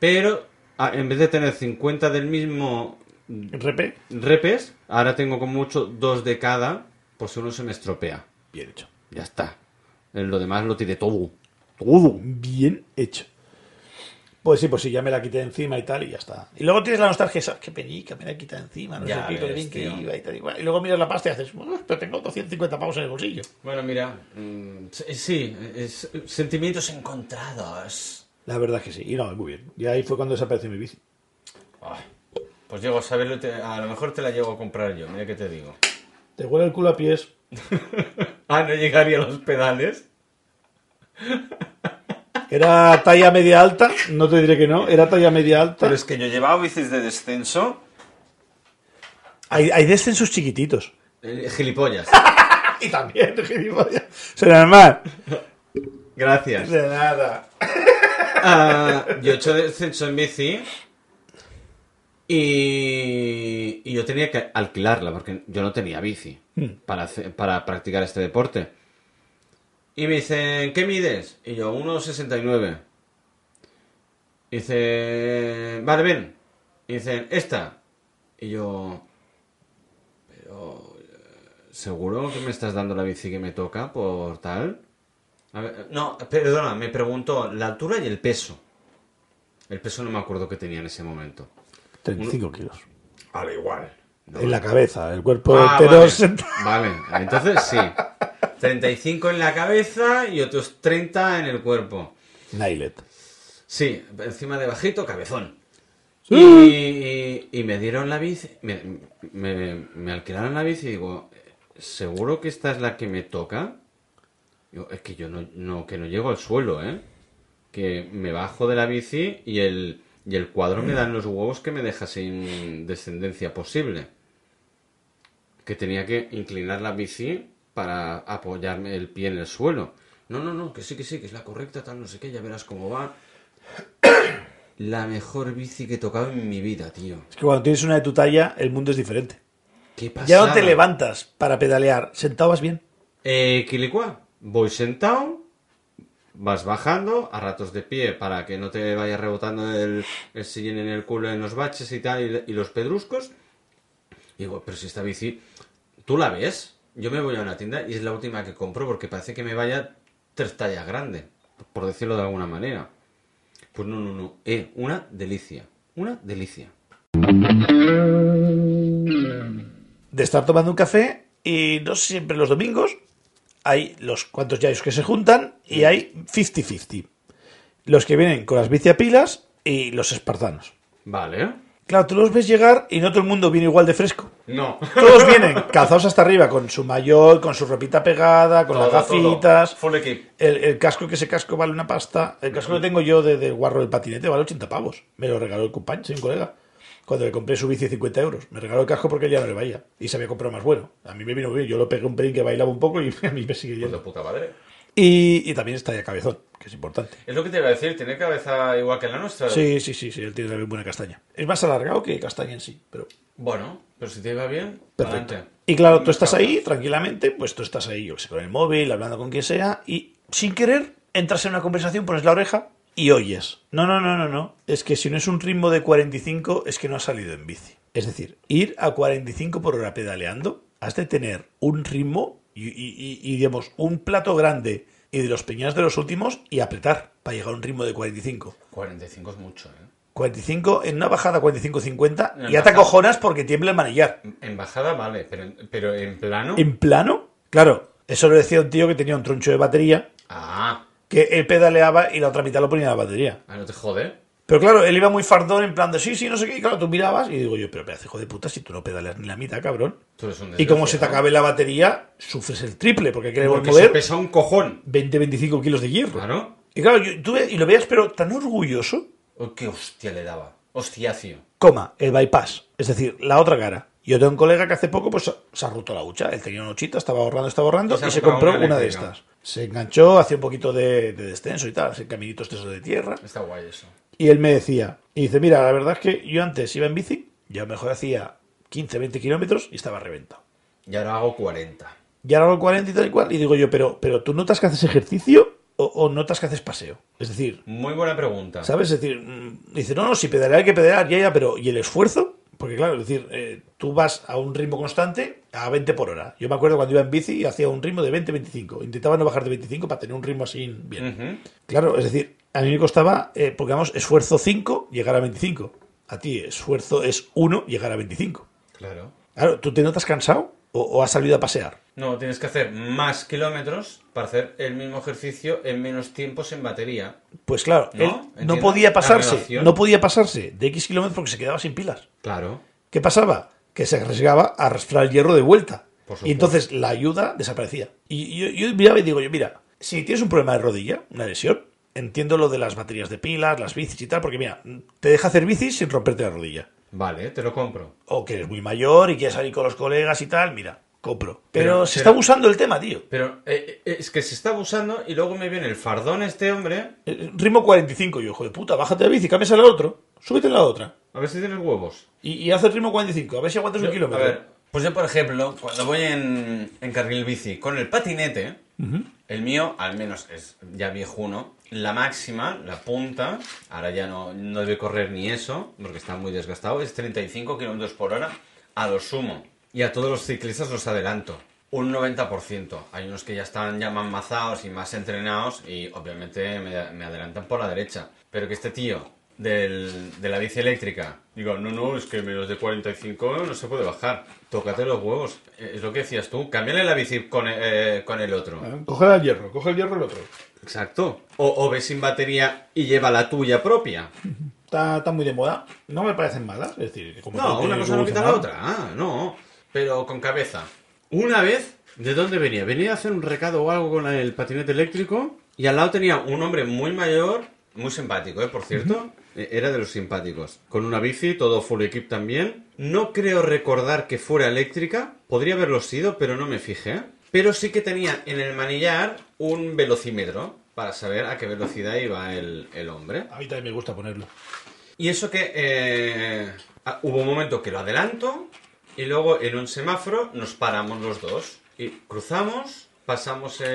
S1: Pero a- en vez de tener 50 del mismo
S2: RP,
S1: repes, ahora tengo como mucho dos de cada, por si uno se me estropea.
S2: bien hecho.
S1: Ya está. Eh, Lo demás lo tiré todo. Todo.
S2: Bien hecho. Pues sí, pues sí, ya me la quité de encima y tal, y ya está. Y luego tienes la nostalgia, esa, qué penica, me la quita de encima, no
S1: Ya
S2: sé qué,
S1: ves,
S2: con el bien que
S1: tío.
S2: iba y tal. Y, cual. Y luego miras la pasta y haces, "Uf, pero tengo 250 pavos en el bolsillo.
S1: Bueno, mira. mm, s- sí, es- sentimientos encontrados.
S2: La verdad es que sí, y no, muy bien. Y ahí fue cuando desapareció mi bici.
S1: Ay, Pues llego a saberlo, y te- a lo mejor te la llego a comprar yo, mira que te *laughs* digo.
S2: Te huele el culo a pies.
S1: Ah, no llegaría a los pedales.
S2: Era talla media alta, no te diré que no, era talla media alta.
S1: Pero es que yo llevaba bicis de descenso.
S2: Hay, hay descensos chiquititos.
S1: Eh, *laughs* gilipollas.
S2: *laughs* Y también, *laughs* gilipollas. Será normal.
S1: Gracias.
S2: De nada.
S1: Ah, yo he hecho descenso en bici y, y yo tenía que alquilarla porque yo no tenía bici para, hacer- para practicar este deporte. Y me dicen, ¿qué mides? Y yo, 1,69. Y Dice, vale, ven. Y dicen, esta. Y yo, pero, eh, ¿seguro que me estás dando la bici que me toca por tal? A ver, no, perdona, me preguntó la altura y el peso. El peso no me acuerdo que tenía en ese momento.
S2: 35 kilos.
S1: Ahora igual.
S2: En la cabeza, el cuerpo entero.
S1: Ah, vale.
S2: *laughs* sentado.
S1: Vale, entonces *laughs* sí. 35 en la cabeza y otros 30 en el cuerpo.
S2: Nailet.
S1: Sí, encima de bajito, cabezón.
S2: Sí.
S1: Y, y- y me dieron la bici, me, me- me alquilaron la bici y digo, ¿seguro que esta es la que me toca? Digo, es que yo no, no- que no llego al suelo, ¿eh? Que me bajo de la bici y el, y el cuadro me dan los huevos que me deja sin descendencia posible. Que tenía que inclinar la bici para apoyarme el pie en el suelo. No, no, no, que sí, que sí, que es la correcta, tal, no sé qué, ya verás cómo va. La mejor bici que he tocado en mi vida, tío.
S2: Es que cuando tienes una de tu talla, el mundo es diferente.
S1: ¿Qué pasa?
S2: Ya no te levantas para pedalear, sentado vas bien.
S1: Eh, Quilicua, voy sentado, vas bajando, a ratos de pie para que no te vaya rebotando el, el sillín en el culo en los baches y tal, y, y los pedruscos. Y digo, pero si esta bici, ¿tú la ves? Yo me voy a una tienda y es la última que compro porque parece que me vaya tres tallas grande, por decirlo de alguna manera. Pues no, no, no, eh, una delicia, una delicia.
S2: De estar tomando un café y no siempre los domingos hay los cuantos yayos que se juntan y hay 50-50. Los que vienen con las biciapilas y los espartanos.
S1: Vale.
S2: Claro, tú los ves llegar y no todo el mundo viene igual de fresco.
S1: No.
S2: Todos vienen calzados hasta arriba con su mayor, con su ropita pegada, con las gafitas. El, el casco que ese casco vale una pasta. El casco que tengo yo de, del guarro del patinete vale 80 pavos. Me lo regaló el compañero, sí, un colega. cuando le compré su bici de 50 euros. Me regaló el casco porque él ya no le valía. Y se había comprado más bueno. A mí me vino bien. Yo lo pegué un pelín que bailaba un poco y *laughs* a mí me sigue
S1: Pues de
S2: yendo.
S1: puta madre.
S2: Y, y también está ya cabezón, que es importante.
S1: Es lo que te iba a decir, tiene cabeza igual que la nuestra.
S2: Sí, sí, sí, sí, él tiene también buena castaña. Es más alargado que castaña en sí, pero
S1: Bueno, pero si te iba bien,
S2: perfecto.
S1: adelante.
S2: Y claro, tú estás ahí tranquilamente, pues tú estás ahí, yo qué sé, con el móvil, hablando con quien sea, y sin querer entras en una conversación, pones la oreja y oyes. No, no, no, no, no. Es que si no es un ritmo de 45, es que no has salido en bici. Es decir, ir a 45 por hora pedaleando, has de tener un ritmo y, y- y- y, digamos, un plato grande y de los peñas de los últimos y apretar para llegar a un ritmo de 45.
S1: 45 es mucho, ¿eh?
S2: 45, en una bajada 45-50,
S1: En
S2: ya te
S1: bajada.
S2: acojonas porque tiembla el manillar.
S1: En bajada vale, pero en, pero en plano.
S2: ¿En plano? Claro, eso lo decía un tío que tenía un troncho de batería,
S1: Ah,
S2: que él pedaleaba y la otra mitad lo ponía en la batería.
S1: ah, no te jode.
S2: Pero claro, él iba muy fardón en plan de sí, sí, no sé qué, y claro, tú mirabas y digo yo, pero pedazo hijo de puta, si tú no pedaleas ni la mitad, cabrón.
S1: Tú eres un
S2: Y como se te
S1: desgraciado.
S2: acabe la batería, sufres el triple, porque hay que
S1: Porque se
S2: mover
S1: pesa un cojón.
S2: 20-25 kilos de hierro.
S1: Claro.
S2: Y claro, yo, tú ve- y lo veías, pero tan orgulloso,
S1: Oh, qué hostia le daba. Hostiacio.
S2: coma, el bypass, es decir, la otra cara. Yo tengo un colega que hace poco pues se ha roto la hucha, él tenía una huchita, estaba ahorrando, estaba ahorrando
S1: Y se ha
S2: y se
S1: comprado
S2: compró
S1: una
S2: una, de
S1: eléctrica.
S2: estas. Se enganchó, hacía un poquito de, de descenso y tal, hacía caminitos de esos de tierra.
S1: Está guay eso.
S2: Y él me decía, y dice, mira, la verdad es que yo antes iba en bici, yo a lo mejor hacía 15, 20 kilómetros y estaba reventado.
S1: Y ahora hago 40.
S2: Y ahora hago 40 y tal y cual, y digo yo, pero, pero tú notas que haces ejercicio o, o notas que haces paseo. Es decir,
S1: Muy buena pregunta.
S2: ¿Sabes? Es decir, mm, dice, no, no, si pedalear hay que pedalear, ya, ya, pero ¿y el esfuerzo? Porque claro, es decir, eh, tú vas a un ritmo constante a 20 por hora. Yo me acuerdo cuando iba en bici y hacía un ritmo de 20-25. Intentaba no bajar de 25 para tener un ritmo así bien.
S1: Ujú.
S2: Claro, es decir, a mí me costaba, eh, porque vamos, esfuerzo 5, llegar a 25. A ti esfuerzo es 1, llegar a 25.
S1: Claro.
S2: Claro, ¿tú te notas cansado o, o has salido a pasear?
S1: No, tienes que hacer más kilómetros para hacer el mismo ejercicio en menos tiempos en batería.
S2: Pues claro,
S1: No,
S2: él no
S1: entiendo.
S2: podía
S1: La
S2: pasarse,
S1: relación.
S2: no podía pasarse de X kilómetros porque se quedaba sin pilas.
S1: Claro.
S2: ¿Qué pasaba? Que se arriesgaba a arrastrar el hierro de vuelta.
S1: Por supuesto.
S2: Y entonces la ayuda desaparecía. Y yo, yo miraba y digo, yo, mira, si tienes un problema de rodilla, una lesión, entiendo lo de las baterías de pilas, las bicis y tal, porque mira, te deja hacer bicis sin romperte la rodilla.
S1: Vale, te lo compro.
S2: O que eres muy mayor y quieres salir con los colegas y tal, mira, compro. Pero,
S1: Pero-
S2: se
S1: pero-
S2: está abusando el tema, tío.
S1: Pero eh, eh, es que se está abusando y luego me viene el fardón este hombre.
S2: Eh, Ritmo 45, yo, hijo de puta, bájate de bici, cambias a la otra, súbete a la otra.
S1: A ver si tienes huevos.
S2: Y, y haz el ritmo 45, a ver si aguantas
S1: Yo-
S2: un kilómetro.
S1: A ver, pues yo, por ejemplo, cuando voy en, en carril bici con el patinete, el mío, al menos es ya viejuno, la máxima, la punta, ahora ya no, no debe correr ni eso, porque está muy desgastado, es 35 kilómetros por hora a lo sumo. Y a todos los ciclistas los adelanto. Un 90%. Hay unos que ya están ya más mazados y más entrenados y obviamente me, me adelantan por la derecha. Pero que este tío del- de la bici eléctrica. Digo, no, no, es que menos de 45 no se puede bajar. Tócate los huevos. Eh, Es lo que decías tú. Cámbiale la bici con, eh, con el otro.
S2: Coge el hierro, coge el hierro el otro.
S1: Exacto. O, o ve sin batería y lleva la tuya propia.
S2: está, está muy de moda. No me parecen malas. Es decir, que como
S1: No,
S2: todo
S1: una
S2: tiene
S1: cosa
S2: que
S1: no quita la
S2: evolucionar.
S1: otra. Ah, no. Pero con cabeza. Una vez, ¿de dónde venía? Venía a hacer un recado o algo con el patinete eléctrico. Y al lado tenía un hombre muy mayor, muy simpático, ¿eh? Por cierto. E- Era de los simpáticos. Con una bici, todo full equip también. No creo recordar que fuera eléctrica. Podría haberlo sido, pero no me fijé. Pero sí que tenía en el manillar un velocímetro para saber a qué velocidad iba el, el hombre.
S2: A mí también me gusta ponerlo.
S1: Y eso que eh, ah, hubo un momento que lo adelanto y luego en un semáforo nos paramos los dos y cruzamos, pasamos el,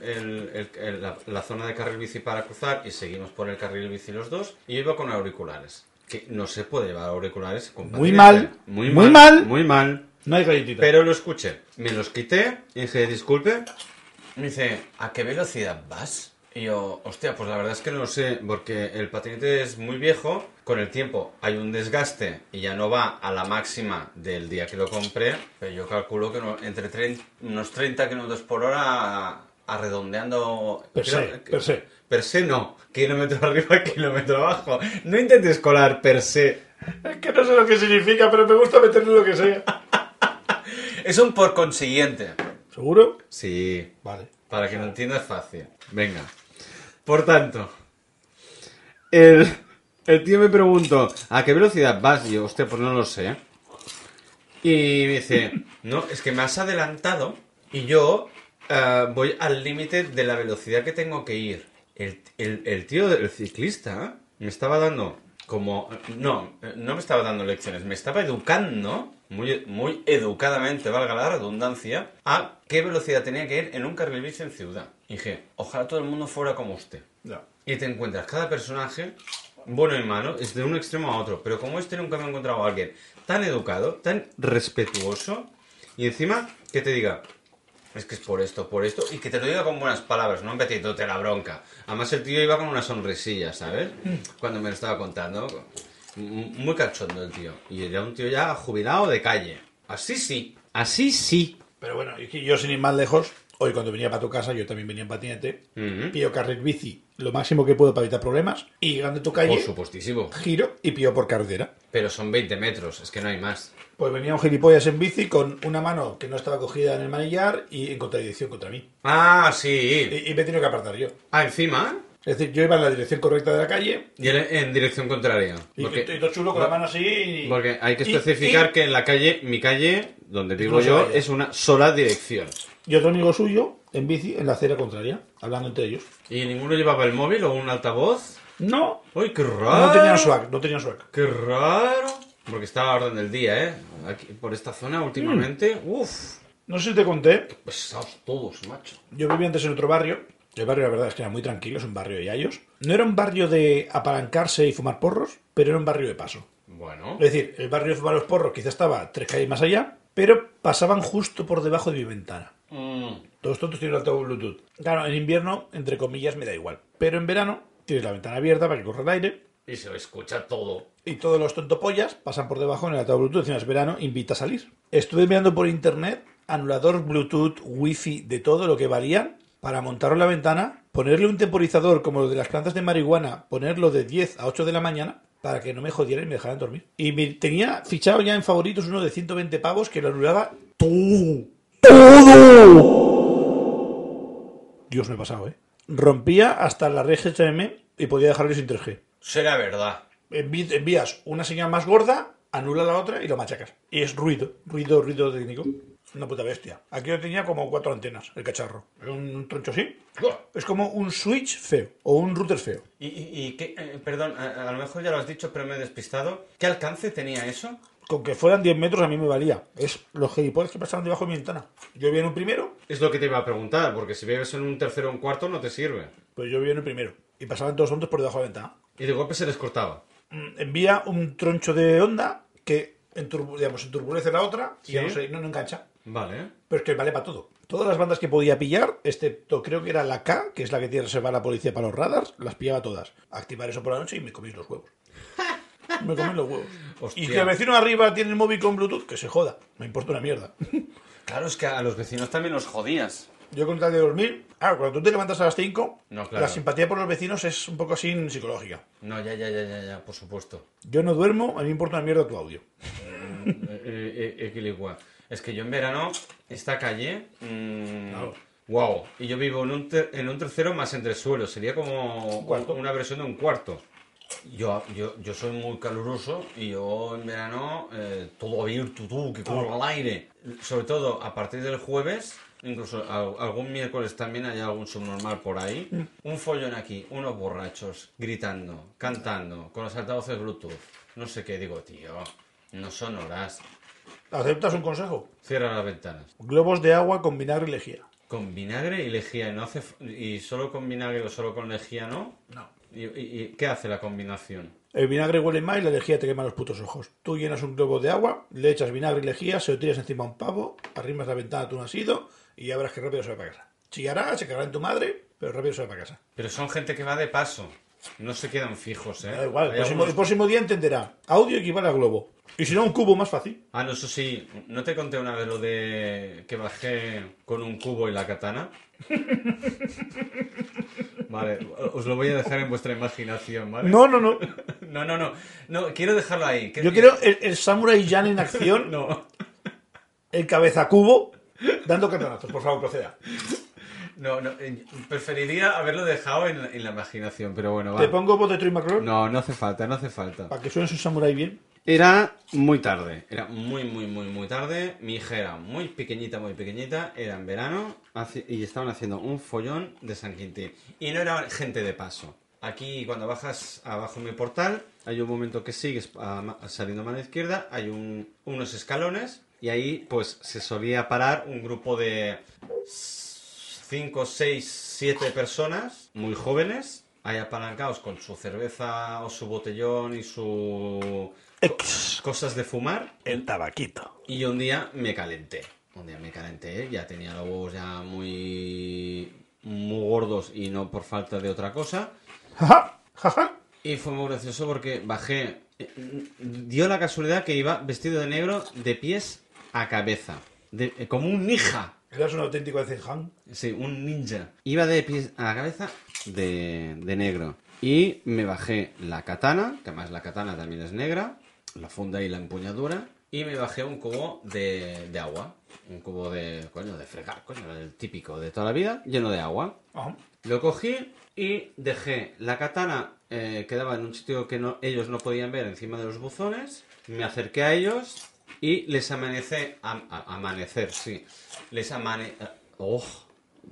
S1: el- el- el- la, la zona de carril bici para cruzar y seguimos por el carril bici los dos y yo iba con auriculares. Que no se puede llevar auriculares con
S2: Muy
S1: patinete.
S2: mal,
S1: muy,
S2: muy mal.
S1: mal, muy mal.
S2: No hay galletita.
S1: Pero lo escuché, me los quité y dije, disculpe. Me dice, ¿a qué velocidad vas? Y yo, hostia, pues la verdad es que no lo sé, porque el patinete es muy viejo, con el tiempo hay un desgaste y ya no va a la máxima del día que lo compré, pero yo calculo que no- entre 30 unos 30 kilómetros por hora arredondeando...
S2: Per se,
S1: creo que-
S2: per se.
S1: Per se no, kilómetro arriba, *laughs* kilómetro abajo. No intentes colar per se.
S2: Es que no sé lo que significa, pero me gusta meterle lo que sea.
S1: Es un por consiguiente.
S2: *laughs* ¿Seguro?
S1: Sí,
S2: Vale.
S1: Para que lo entiendas fácil. Venga. Por tanto,
S4: El,
S1: El tío me preguntó, ¿a qué velocidad vas? Y yo, hostia, pues no lo sé. Y me dice, no, es que me has adelantado y yo eh, voy al límite de la velocidad que tengo que ir. El, el- el tío, el ciclista, me estaba dando como... No, eh, no me estaba dando lecciones, me estaba educando, muy, muy educadamente, valga la redundancia, a qué velocidad tenía que ir en un carril bici en ciudad. Y dije, ojalá todo el mundo fuera como usted.
S2: Ya.
S1: Y te encuentras cada personaje, bueno en mano, es de un extremo a otro. Pero como este nunca me he encontrado a alguien tan educado, tan respetuoso, y encima que te diga, es que es por esto, por esto, y que te lo diga con buenas palabras, no metiéndote la bronca. Además el tío iba con una sonrisilla, ¿sabes? Cuando me lo estaba contando. M- Muy cachondo el tío. Y era un tío ya jubilado de calle. Así sí. Así sí.
S2: Pero bueno, es que yo sin ir más lejos, hoy cuando venía para tu casa, yo también venía en patinete,
S1: Ujú.
S2: pillo carril bici lo máximo que puedo para evitar problemas, y llegando a tu calle,
S1: Por supuestísimo.
S2: giro y pillo por carretera.
S1: Pero son 20 metros, es que no hay más.
S2: Pues venía un gilipollas en bici con una mano que no estaba cogida en el manillar y en contradicción contra mí.
S1: Ah, sí.
S2: Y, y me he tenido que apartar yo.
S1: Ah, encima.
S2: Es decir, yo iba en la dirección correcta de la calle
S1: Y él en dirección contraria.
S2: y,
S1: Porque,
S2: y todo chulo con la mano así. y-
S1: porque hay que
S2: y-
S1: especificar
S2: y-
S1: que en la calle, mi calle, donde vivo
S2: Incluso
S1: yo,
S2: calle.
S1: es una sola dirección.
S2: Y otro amigo suyo en bici en la acera contraria, hablando entre ellos.
S1: ¿Y ninguno llevaba el móvil o un altavoz?
S2: No,
S1: ¡Uy, qué raro!
S2: no tenían swag, no tenían swag.
S1: ¡Qué raro! Porque estaba a la orden del día, ¿eh? Aquí, por esta zona últimamente.
S2: Mm.
S1: ¡Uf!
S2: No sé si te conté,
S1: Pesados todos, macho.
S2: Yo vivía antes en otro barrio. El barrio, la verdad, es que era muy tranquilo, es un barrio de yayos. No era un barrio de apalancarse y fumar porros, pero era un barrio de paso.
S1: Bueno.
S2: Es decir, el barrio de fumar los porros quizás estaba tres calles más allá, pero pasaban justo por debajo de mi ventana.
S1: Mm.
S2: Todos tontos tienen el altavoz Bluetooth. Claro, en invierno, entre comillas, me da igual. Pero en verano tienes la ventana abierta para que corra el aire
S1: Y se escucha todo.
S2: y todos los tontopollas pasan por debajo en el altavoz Bluetooth. Encima es verano, invita a salir. Estuve mirando por internet anulador Bluetooth, wifi, de todo lo que valían para montarlo en la ventana, ponerle un temporizador como lo de las plantas de marihuana, ponerlo de 10 a 8 de la mañana para que no me jodieran y me dejaran dormir. Y me tenía fichado ya en favoritos uno de 120 pavos que lo anulaba todo. ¡Todo! Dios, me he pasado, ¿eh? Rompía hasta la red GSM y podía dejarlo sin 3G
S5: Será verdad.
S2: envi- envías una señal más gorda, anula la otra y lo machacas. Y es ruido, ruido, ruido técnico. Una puta bestia. Aquí yo tenía como cuatro antenas, el cacharro. Era Un troncho así. Es como un switch feo o un router feo.
S5: Y, y, y qué- eh, perdón, a, a lo mejor ya lo has dicho, pero me he despistado. ¿Qué alcance tenía eso?
S2: Con que fueran 10 metros a mí me valía. Es los gilipollas que pasaban debajo de mi ventana. Yo vi en un primero,
S1: Es lo que te iba a preguntar, porque si vives en un tercero o un cuarto no te sirve.
S2: pues yo vi en el primero. Y pasaban todos juntos por debajo de la ventana.
S1: Y de golpe se les cortaba.
S2: Mm, Envía un troncho de onda que en turbu- digamos, enturbulece la otra y ya
S1: Sí.
S2: no, se- no- no engancha.
S1: Vale. ¿eh?
S2: Pero es que vale para todo. Todas las bandas que podía pillar, excepto creo que era la K, que es la que tiene reservada la policía para los radars, las pillaba todas. Activar eso por la noche y me coméis los huevos. Me coméis los huevos.
S1: Hostia.
S2: Y que el vecino de arriba tiene el móvil con Bluetooth, que se joda. Me importa una mierda.
S5: Claro, es que a los vecinos también los jodías.
S2: Yo con tal de dormir. Claro, cuando tú te levantas a las 5,
S1: No, claro.
S2: la simpatía por los vecinos es un poco así psicológica.
S1: No, ya, ya, ya, ya, ya, por supuesto. *laughs*
S2: Yo no duermo, a mí me importa una mierda tu audio.
S1: Eh, eh, eh, equiligua. Es que yo en verano, esta calle. mm,
S2: Claro.
S1: Wow. Y yo vivo en un, ter- en un tercero más entre suelos. Sería como
S2: cuarto.
S1: una versión de un cuarto. Yo, yo, yo soy muy caluroso y yo en verano eh, todo abierto, todo que corra el aire. Sobre todo a partir del jueves, incluso al- algún miércoles también hay algún subnormal por ahí. Un follón aquí, unos borrachos gritando, cantando, con los altavoces Bluetooth. No sé qué digo, tío. No son horas.
S2: ¿Aceptas un consejo?
S1: Cierra las ventanas.
S2: Globos de agua con vinagre y lejía.
S1: Con vinagre y lejía, ¿no hace f- y solo con vinagre o solo con lejía, ¿no?
S2: No.
S1: ¿Y, y- y qué hace la combinación?
S2: El vinagre huele mal y la lejía te quema los putos ojos. Tú llenas un globo de agua, le echas vinagre y lejía, se lo tiras encima a un pavo, arrimas la ventana tú no has ido y ya verás que rápido se va para casa. Chillará, se cagará en tu madre, pero rápido se va para casa.
S1: Pero son gente que va de paso. No se quedan fijos, ¿eh?
S2: Da igual, pues, el
S1: Hay
S2: próximo, el
S1: algunos-
S2: próximo día entenderá. Audio equivale a globo. Y si no, un cubo más fácil.
S1: Ah, no, eso sí. ¿No te conté una vez lo de que bajé con un cubo y la
S2: *laughs*
S1: katana? Vale, os lo voy a dejar en vuestra imaginación, ¿vale?
S2: No, no, no.
S1: no, no. no. No, quiero dejarlo ahí.
S2: Yo quiero el, el Samurai Jan en acción,
S1: No.
S2: el cabeza cubo, dando campeonatos. Por favor, proceda.
S1: No, no, eh, preferiría haberlo dejado en, la- en la imaginación, pero bueno, va.
S2: Te pongo voz de Troy McClure
S1: No, no hace falta, no hace falta.
S2: para que suene su samurai bien.
S6: Era muy tarde.
S1: Era muy, muy, muy, muy tarde. Mi hija era muy pequeñita, muy pequeñita. Era en verano hace- y estaban haciendo un follón de San Quintín. Y no era gente de paso. Aquí, cuando bajas abajo en mi portal, hay un momento que sigues a ma- saliendo a mano izquierda, hay un- unos escalones y ahí, pues, se solía parar un grupo de 5, 6, 7 personas muy jóvenes, ahí apalancados con su cerveza o su botellón y su
S2: Ex.
S1: cosas de fumar.
S2: El tabaquito.
S1: Y un día me calenté. Un día me calenté, ya tenía los huevos ya muy, muy gordos y no por falta de otra cosa.
S2: Jaja, jaja.
S1: Y fue muy gracioso porque bajé. eh, Dio la casualidad que iba vestido de negro de pies a cabeza. de- eh, como un ninja.
S2: Eras un auténtico Eisenhower.
S1: Sí, un ninja.
S6: Iba de pies a la cabeza de, de negro. Y me bajé la katana, que además la katana también es negra, la funda y la empuñadura.
S1: Y me bajé un cubo de, de agua. Un cubo de, coño, de fregar, coño, el típico de toda la vida, lleno de agua.
S2: Ajá.
S1: Lo cogí y dejé la katana, eh, quedaba en un sitio que no, ellos no podían ver encima de los buzones. Me acerqué a ellos y les amanecé. am- a- amanecer, sí. Les amane. eh, ¡Oh!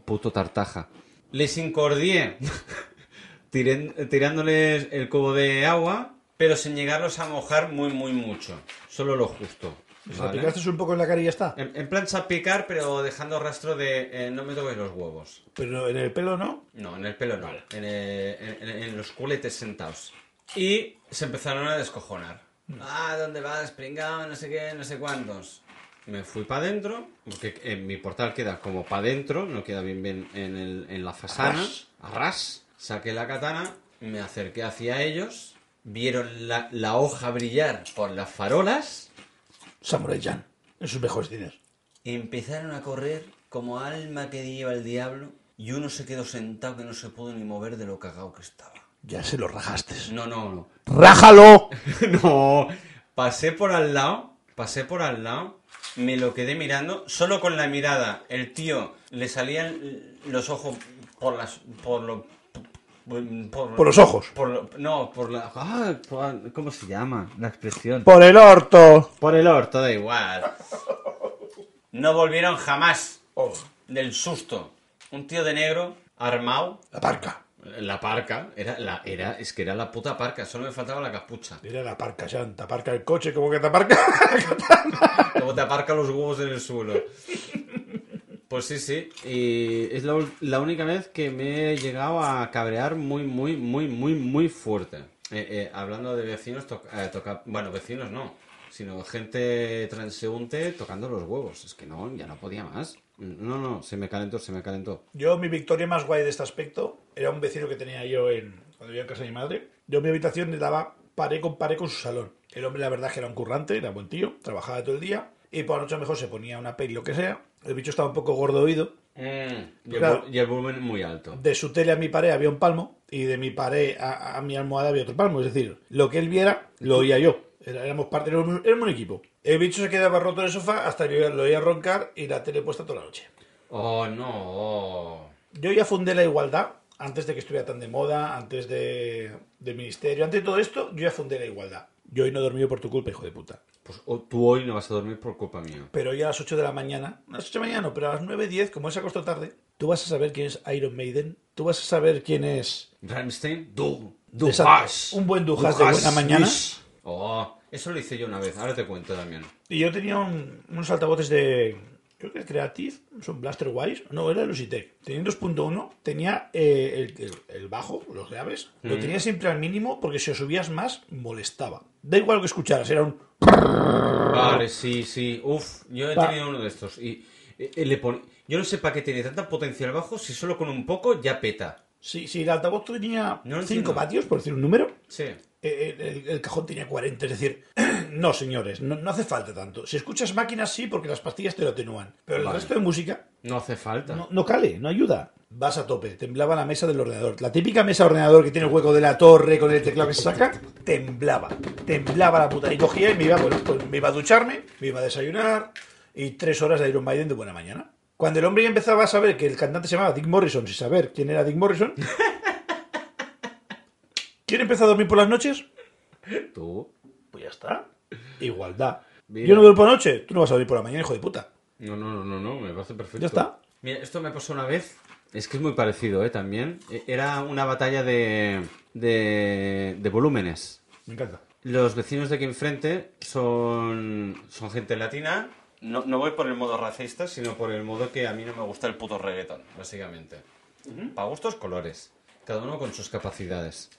S6: Puto tartaja.
S1: Les incordié *laughs* tiren- tirándoles el cubo de agua, pero sin llegarlos a mojar muy, muy mucho. Solo lo justo.
S2: Les
S1: ¿vale?
S2: aplicaste un poco en la cara y ya está.
S1: En, en plan salpicar, pero dejando rastro de eh, no me toques los huevos.
S2: Pero en el pelo no.
S1: No, en el pelo no. En, eh, en- en- en los culetes sentados. Y se empezaron a descojonar. Ah, ¿dónde vas, pringao? No sé qué, no sé cuántos. Me fui para adentro, porque en mi portal queda como para adentro, no queda bien bien en, el- en la fasana. Arras. Saqué la katana, me acerqué hacia ellos, vieron la, la hoja brillar por las farolas
S2: Samurai Jan. En sus mejores días.
S1: Empezaron a correr como alma que lleva el diablo y uno se quedó sentado que no se pudo ni mover de lo cagao que estaba.
S2: Ya se lo rajaste.
S1: No, no, no.
S2: ¡Rájalo!
S1: *laughs* no, pasé por al lado, pasé por al lado, me lo quedé mirando, solo con la mirada, el tío, le salían los ojos por las... por lo... Por,
S2: Por los ojos.
S1: por lo- no, por la...
S6: Ah, por- ¿Cómo se llama la expresión?
S2: Por el orto.
S1: Por el orto, da igual. No volvieron jamás
S2: Oh,
S1: del susto. Un tío de negro, armado,
S2: La parca.
S1: La parca, era la, era, es que era la puta parca, solo me faltaba la capucha.
S2: Mira la parca, Jan. Te aparca el coche como que te aparca. *laughs*
S1: Luego te aparca los huevos en el suelo. Pues sí, sí.
S6: Y es la, ul- la única vez que me he llegado a cabrear muy, muy, muy, muy, muy fuerte.
S1: Eh, eh, hablando de vecinos, toca, eh, toca- bueno, vecinos no, sino gente transeúnte tocando los huevos. Es que no, ya no podía más.
S6: No, no, se me calentó, se me calentó.
S2: Yo, mi victoria más guay de este aspecto era un vecino que tenía yo en, cuando vivía en casa de mi madre. Yo en mi habitación le daba paré con paré con su salón. El hombre, la verdad, es que era un currante, era buen tío, trabajaba todo el día. Y por la noche, a lo mejor se ponía una peli, lo que sea. El bicho estaba un poco gordo oído.
S1: y, el,
S2: Claro.
S1: vol- y el volumen muy alto.
S2: De su tele a mi pared había un palmo. Y de mi pared a, a mi almohada había otro palmo. Es decir, lo que él viera, lo oía yo. Era- Éramos parte, éramos, éramos un equipo. El bicho se quedaba roto en el sofá hasta que yo lo oía roncar y la tele puesta toda la noche.
S1: Oh, no.
S2: Yo ya fundé la igualdad antes de que estuviera tan de moda, antes de, del ministerio, antes de todo esto, yo ya fundé la igualdad. Yo hoy no he dormido por tu culpa, hijo de puta.
S1: Pues oh, tú hoy no vas a dormir por culpa mía.
S2: Pero hoy a las 8 de la mañana, a las 8 de la mañana, no, pero a las 9, 10, como es acostó tarde, tú vas a saber quién es Iron Maiden, tú vas a saber quién es
S1: Rammstein, du,
S2: Desa-
S1: duhas.
S2: un buen Duhas de buena mañana.
S1: uish. Oh, eso lo hice yo una vez, ahora te cuento también.
S2: Y yo tenía un- unos altavoces de. Creo que Creative, son Blaster Wise. No, era Lucitech. Tenía el 2.1, tenía eh, el, el- el bajo, los graves.
S1: Mm.
S2: Lo tenía siempre al mínimo porque si lo subías más, molestaba. Da igual lo que escucharas, era un.
S1: Vale, sí, sí. Uf, yo he
S2: Va.
S1: tenido uno de estos. Y, eh, eh, le pon- Yo no sé para qué tiene tanta potencia el bajo si solo con un poco ya peta.
S2: Si, si el altavoz tenía
S1: No lo
S2: 5
S1: entiendo.
S2: vatios, por decir un número,
S1: Sí.
S2: eh, el, el- el cajón tenía 40. Es decir, *clears throat* no, señores, no, no hace falta tanto. Si escuchas máquinas, sí, porque las pastillas te lo atenúan. Pero el
S1: Vale.
S2: resto de música,
S1: No hace falta.
S2: No, no cale, no ayuda. Vas a tope, temblaba la mesa del ordenador. La típica mesa de ordenador que tiene el hueco de la torre con el teclado que se saca, temblaba, temblaba la puta. Y cogía y me iba, bueno, pues me iba a ducharme, me iba a desayunar y tres horas de Iron Maiden de buena mañana. Cuando el hombre ya empezaba a saber que el cantante se llamaba Dick Morrison, sin saber quién era Dick *laughs* Morrison. ¿Quién empezó a dormir por las noches?
S1: Tú.
S2: Pues ya está. Igualdad.
S1: Mira.
S2: Yo no duermo por la noche, tú no vas a dormir por la mañana, hijo de puta.
S1: No, no, no, no, no, me parece perfecto.
S2: Ya está.
S1: Mira, esto me pasó una vez. Es que es muy parecido, ¿eh? También. E- Era una batalla de, de, de volúmenes.
S2: Me *laughs* encanta.
S1: Los vecinos de aquí enfrente son, son gente latina. No, no voy por el modo racista, sino por el modo que a mí no me gusta el puto reggaetón, básicamente. Para gustos, colores. Cada uno con sus capacidades.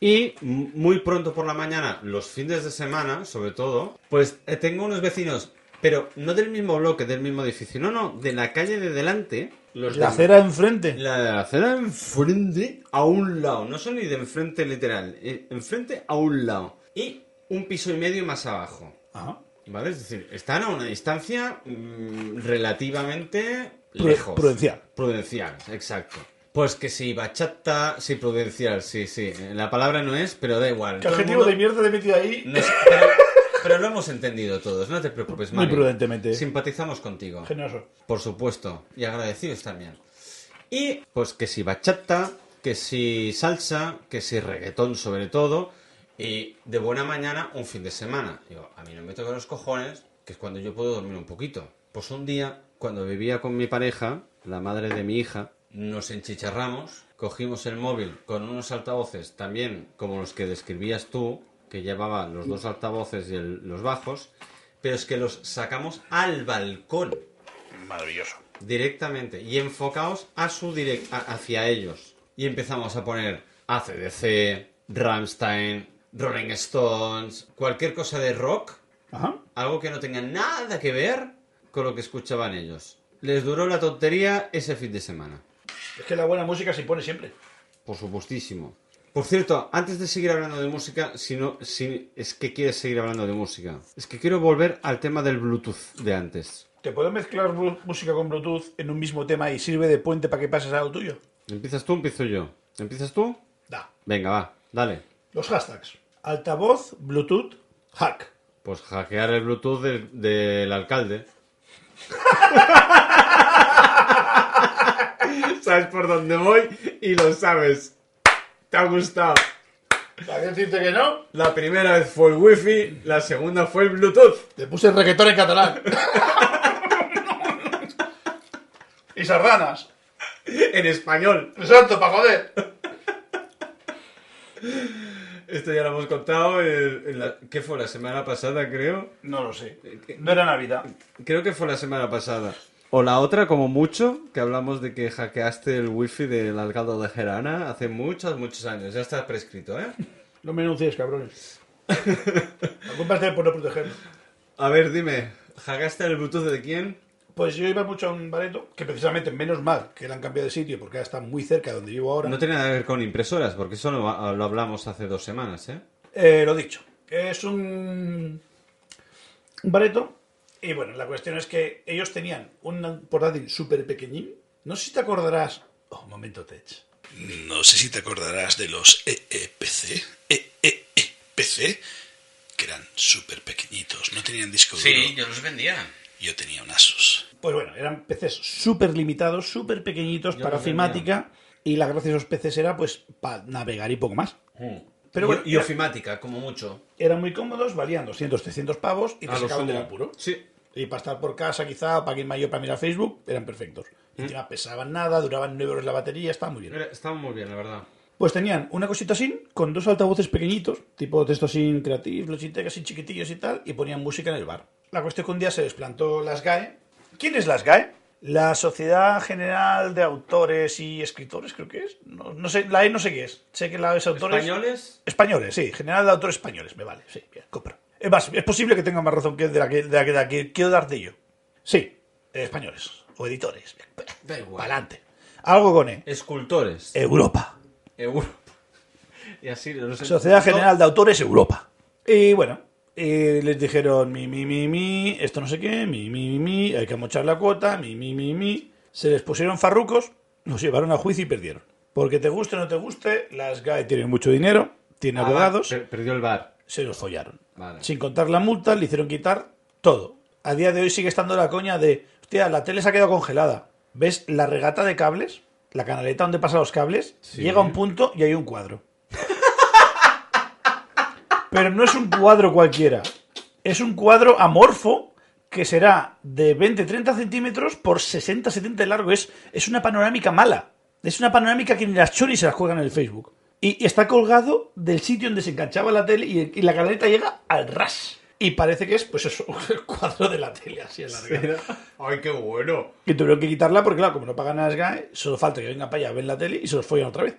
S1: Y m- muy pronto por la mañana, los fines de semana, sobre todo, pues eh, tengo unos vecinos, pero no del mismo bloque, del mismo edificio, no, no, de la calle de delante. Los
S2: La
S1: de-
S2: acera enfrente.
S1: la de la acera de enfrente a un lado. No son ni de enfrente literal. eh, Enfrente a un lado. Y un piso y medio más abajo.
S2: Ajá.
S1: ¿Vale? Es decir, están a una distancia mm, relativamente
S2: Pru-
S1: lejos.
S2: prudencial.
S1: Prudencial, exacto. Pues que si bachata, sí, prudencial, sí, sí. La palabra no es, pero da igual.
S2: ¿Qué
S1: Todo el
S2: adjetivo de
S1: mundo-
S2: mierda te he metido ahí?
S1: no sé, pero, pero lo hemos entendido todos, no te preocupes,
S2: Muy
S1: Mario.
S2: prudentemente.
S1: Simpatizamos contigo.
S2: Generoso.
S1: Por supuesto, y agradecidos también. Y pues que si bachata, que si salsa, que si reggaetón sobre todo, y de buena mañana un fin de semana. Digo, a mí no me toca los cojones, que es cuando yo puedo dormir un poquito. Pues un día, cuando vivía con mi pareja, la madre de mi hija, nos enchicharramos, cogimos el móvil con unos altavoces también como los que describías tú, que llevaba los dos altavoces y el- los bajos, pero es que los sacamos al balcón
S3: Maravilloso.
S1: directamente y enfocaos a su direc- a- hacia ellos. Y empezamos a poner ACDC, Rammstein, Rolling Stones, cualquier cosa de rock,
S2: Ajá.
S1: algo que no tenga nada que ver con lo que escuchaban ellos. Les duró la tontería ese fin de semana.
S2: Es que la buena música se impone siempre.
S1: Por supuestísimo. Por cierto, antes de seguir hablando de música, si no, si es que quieres seguir hablando de música, es que quiero volver al tema del Bluetooth de antes.
S2: ¿Te puedo mezclar bu- música con Bluetooth en un mismo tema y sirve de puente para que pases a lo tuyo?
S1: ¿Empiezas tú o empiezo yo? ¿Empiezas tú?
S2: Da.
S1: Venga, va, dale.
S2: Los hashtags. Altavoz, Bluetooth, hack.
S1: Pues hackear el Bluetooth del, del alcalde. *laughs* sabes por dónde voy y lo sabes. Te ha gustado.
S2: ¿Para qué decirte que no?
S1: La primera vez fue el wifi, la segunda fue el Bluetooth.
S2: Te puse reggaetón en catalán. y sardanas.
S1: En español.
S2: Exacto, para joder.
S1: Esto ya lo hemos contado. eh, en- en la- ¿Qué fue la semana pasada, creo?
S2: No lo sé. No era Navidad.
S1: Creo que fue la semana pasada. O la otra, como mucho, que hablamos de que hackeaste el wifi del alcalde de Gerana hace muchos, muchos años. Ya está prescrito, ¿eh?
S2: No me
S1: *laughs*
S2: enuncies, cabrones. La culpa es de él por no protegerme.
S1: A ver, dime, ¿hackeaste el Bluetooth de quién?
S2: Pues yo iba mucho a un bareto, que precisamente menos mal que la han cambiado de sitio porque ahora está muy cerca de donde vivo ahora.
S1: No tiene nada que ver con impresoras, porque eso lo, lo hablamos hace dos semanas, ¿eh?
S2: Eh, lo dicho, es un, un bareto. Y bueno, la cuestión es que ellos tenían un portátil súper pequeñín. No sé si te acordarás. Oh, un momento, Tech.
S3: No sé si te acordarás de los E EEPC, E EEEPC, que eran súper pequeñitos, no tenían disco duro.
S5: yo los vendía.
S3: Yo tenía un Asus.
S2: Pues bueno, eran PCs súper limitados, súper pequeñitos
S1: Yo
S2: para
S1: los
S2: ofimática. Y la gracia de esos PCs era pues para navegar y poco más. Pero
S1: Pero
S2: bueno,
S1: Hmm. y,
S2: mira.
S1: ofimática, como mucho.
S2: Eran muy cómodos, valían 200, 300 pavos
S1: Ah,
S2: y te sacaban del apuro.
S1: Sí.
S2: Y para estar por casa, quizá, para que mayo para mirar Facebook, eran perfectos. Encima pesaban nada, duraban 9 horas la batería, estaba muy bien.
S1: Era- Estaba muy bien, la verdad.
S2: Pues tenían una cosita así, con dos altavoces pequeñitos, tipo texto sin creativos, logitech así chiquitillos y tal, y ponían música en el bar. La cuestión que un día se desplantó las GAE. ¿Quién es las GAE? La Sociedad General de Autores y Escritores, creo que es. No, no sé, la E no sé qué es. Sé que la E es autores.
S1: ¿Españoles?
S2: Españoles, sí, general de autores españoles, me vale, sí, bien, compro. Es más, es posible que tenga más razón que de la que, de la que, de la que quiero darte yo. Sí, eh, españoles, o editores,
S1: Da igual.
S2: adelante. Algo con E.
S1: Escultores.
S2: Europa.
S1: Europa. *laughs* Y así los
S2: Sociedad
S1: encontró.
S2: General de Autores Europa. Y bueno, eh, les dijeron mi, mi, mi, mi, esto no sé qué, mi, mi, mi, mi, hay que mochar la cuota, mi, mi, mi, mi. Se les pusieron farrucos, los llevaron a juicio y perdieron. Porque te guste o no te guste, las GAE tienen mucho dinero, tienen
S1: Ah,
S2: abogados.
S1: per- perdió el bar.
S2: se los follaron.
S1: Vale.
S2: Sin contar la multa, le hicieron quitar todo. A día de hoy sigue estando la coña de Hostia, la tele se ha quedado congelada. ¿Ves la regata de cables? La canaleta donde pasan los cables.
S1: Sí.
S2: Llega a un punto y hay un cuadro. Pero no es un cuadro cualquiera. Es un cuadro amorfo que será de 20-30 centímetros por 60-70 de largo. Es, es una panorámica mala. Es una panorámica que ni las choris se las juegan en el Facebook. Y, y está colgado del sitio donde se enganchaba la tele y, y la canaleta llega al ras. Y parece que es, pues eso, *laughs* el cuadro de la tele así alargado.
S1: *laughs*
S5: Ay, qué bueno.
S2: Que tuvieron que quitarla porque, claro, como no pagan a Sky, solo falta que vengan para allá, ven la tele y se los follan otra vez.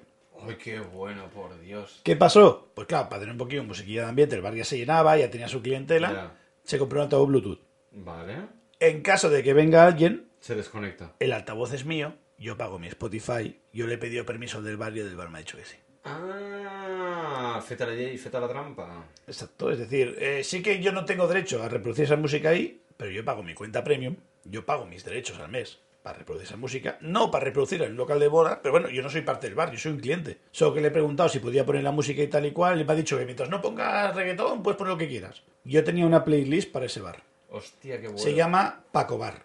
S5: Ay, qué bueno, por Dios.
S2: ¿Qué pasó? Pues claro, para tener un poquillo de musiquilla de ambiente, el bar ya se llenaba, ya tenía su clientela,
S5: Ya.
S2: se compró un altavoz Bluetooth.
S5: Vale.
S2: En caso de que venga alguien,
S5: Se desconecta.
S2: el altavoz es mío, yo pago mi Spotify, yo le he pedido permiso al del barrio del bar me ha dicho que sí.
S5: Ah, feta la ley, feta la trampa.
S2: Exacto, es decir, eh, sí que yo no tengo derecho a reproducir esa música ahí, pero yo pago mi cuenta premium, yo pago mis derechos al mes para reproducir esa música, no para reproducir en el local de boda, pero bueno, yo no soy parte del bar, yo soy un cliente. Solo que le he preguntado si podía poner la música y tal y cual, y me ha dicho que mientras no pongas reggaetón, puedes poner lo que quieras. Yo tenía una playlist para ese bar.
S5: Hostia, qué bueno.
S2: Se llama Paco Bar.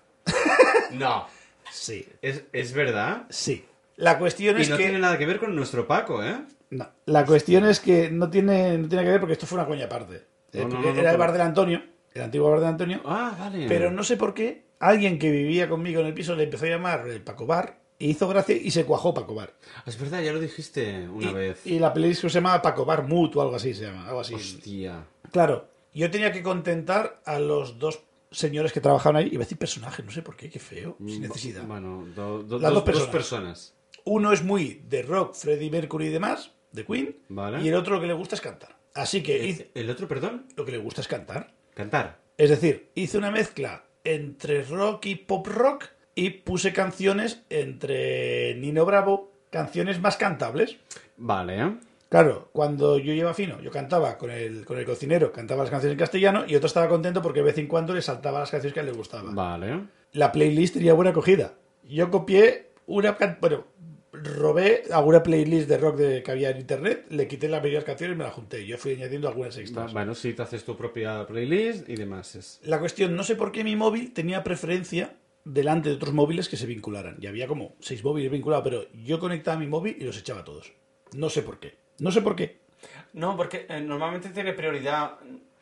S5: No.
S2: Sí,
S1: Es, es verdad.
S2: sí. La cuestión
S1: Y
S2: es
S1: no
S2: que...
S1: tiene nada que ver con nuestro Paco, ¿eh?
S2: No, la cuestión es que no tiene, no tiene que ver porque esto fue una coña aparte. Eh,
S1: No, no,
S2: porque
S1: no, no,
S2: era el
S1: pero-
S2: bar del Antonio, el antiguo bar del Antonio.
S1: Ah, vale.
S2: Pero no sé por qué, alguien que vivía conmigo en el piso le empezó a llamar el Paco Bar y hizo gracia y se cuajó Paco Bar.
S1: Ah, Es verdad, ya lo dijiste una
S2: y,
S1: vez.
S2: y la playlist se llama Paco Bar Mut o algo así se llama, algo así.
S1: Hostia.
S2: Claro, yo tenía que contentar a los dos señores que trabajaban ahí. Iba a decir personajes, no sé por qué, qué feo, sin necesidad.
S1: Mm, Bueno, do- do-
S2: Las
S1: dos,
S2: dos
S1: dos personas.
S2: personas. Uno es muy de rock, Freddie Mercury y demás, de Queen,
S1: Vale.
S2: y el otro lo que le gusta es cantar. Así que hice-
S1: ¿El otro, perdón?
S2: lo que le gusta es cantar.
S1: Cantar.
S2: Es decir, hice una mezcla entre rock y pop rock y puse canciones entre Nino Bravo, canciones más cantables.
S1: Vale, ¿eh?
S2: Claro, cuando yo lleva fino, yo cantaba con el, con el cocinero, cantaba las canciones en castellano y otro estaba contento porque de vez en cuando le saltaba las canciones que a él le gustaban.
S1: Vale.
S2: La playlist tenía buena acogida. Yo copié una... can- Bueno, robé alguna playlist de rock de, que había en internet, le quité las medias canciones y me las junté. Yo fui añadiendo algunas
S1: Va-
S2: extras.
S1: bueno, si te haces tu propia playlist y demás. Es...
S2: La cuestión, no sé por qué mi móvil tenía preferencia delante de otros móviles que se vincularan. Y había como seis móviles vinculados, pero yo conectaba mi móvil y los echaba a todos. No sé por qué. No sé por qué.
S5: No, porque eh, normalmente tiene prioridad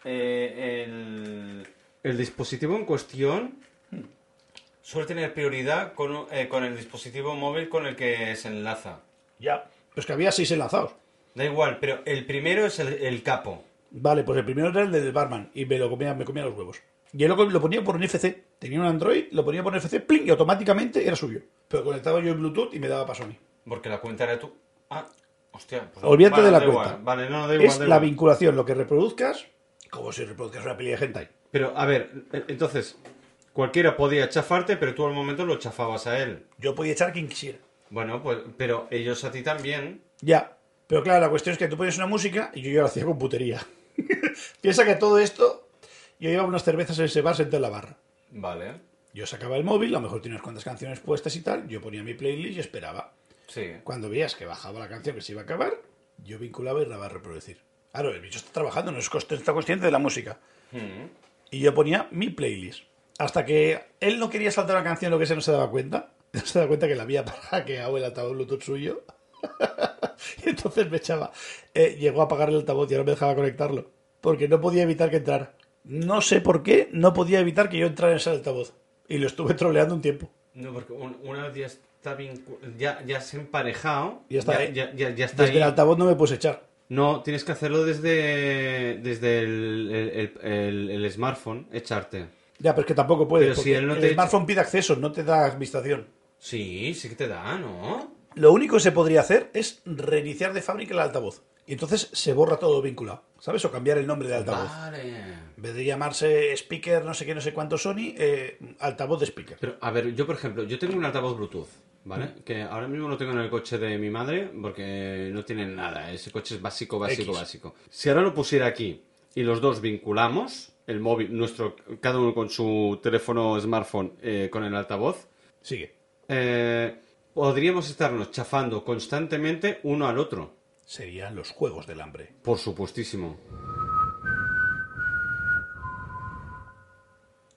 S5: eh, el... Mm.
S1: El dispositivo en cuestión.
S5: Suele tener prioridad con, eh, con el dispositivo móvil con el que se enlaza.
S2: Ya. Pues que había seis enlazados.
S5: Da igual, pero el primero es el, el capo.
S2: Vale, pues el primero era el del barman y me lo comía, me comía los huevos. Y él lo, lo ponía por NFC. Tenía un Android, lo ponía por NFC, ¡plin! y automáticamente era suyo. Pero conectaba yo el Bluetooth y me daba paso a mí.
S5: Porque la cuenta era tú. Ah, hostia. Pues,
S2: Olvídate
S5: vale,
S2: de la
S5: da
S2: cuenta.
S5: igual, Vale, no, da igual.
S2: Es
S5: da
S2: la
S5: igual.
S2: vinculación, lo que reproduzcas, como si reproduzcas una peli de hentai.
S1: Pero, a ver,
S5: eh,
S1: e- entonces, cualquiera podía chafarte, pero tú al momento lo chafabas a él.
S2: Yo podía echar quien quisiera.
S1: Bueno, pues, pero ellos a ti también.
S2: Ya, pero claro, la cuestión es que tú pones una música y yo ya lo hacía con putería. *laughs* Piensa que todo esto, yo llevaba unas cervezas en ese bar sentado en la barra.
S5: Vale.
S2: Yo sacaba el móvil, a lo mejor tenía unas cuantas canciones puestas y tal, yo ponía mi playlist y esperaba.
S5: Sí.
S2: Cuando veías que bajaba la canción que se iba a acabar, yo vinculaba y la iba a reproducir. Claro, el bicho está trabajando, no es consci- está consciente de la música.
S5: Mm.
S2: Y yo ponía mi playlist. Hasta que él no quería saltar una canción, lo que se no se daba cuenta. *laughs* No se daba cuenta que la había para que el altavoz Bluetooth suyo. *laughs* y entonces me echaba. Eh, llegó a apagar el altavoz y ahora me dejaba conectarlo. Porque no podía evitar que entrara. No sé por qué, no podía evitar que yo entrara en ese altavoz. Y lo estuve troleando un tiempo.
S1: No, porque un- una vez ya está vincu- ya, ya se ha emparejado.
S2: Ya está,
S1: Ya,
S2: eh.
S1: ya- ya- ya está
S2: Desde el
S1: ahí.
S2: altavoz no me puse echar.
S1: No, tienes que hacerlo desde, desde el, el- el- el- el smartphone, echarte.
S2: Ya, pero es que tampoco puedes.
S1: Pero si
S2: porque
S1: él no
S2: el
S1: te echa-
S2: smartphone pide acceso, no te da administración.
S1: Sí, sí que te da, ¿no?
S2: Lo único que se podría hacer es reiniciar de fábrica el altavoz. Y entonces se borra todo vinculado, ¿sabes? O cambiar el nombre de altavoz.
S1: Vale.
S2: En vez de llamarse speaker, no sé qué, no sé cuánto Sony, eh, altavoz de speaker.
S1: Pero, a ver, yo por ejemplo, yo tengo un altavoz Bluetooth, ¿vale?
S2: Mm.
S1: Que ahora mismo lo tengo en el coche de mi madre porque no tiene nada. Ese coche es básico, básico,
S2: X.
S1: básico. Si ahora lo pusiera aquí y los dos vinculamos, el móvil, nuestro, cada uno con su teléfono smartphone, eh, con el altavoz,
S2: Sigue.
S1: eh, podríamos estarnos chafando constantemente uno al otro.
S2: Serían los juegos del hambre.
S1: Por supuestísimo.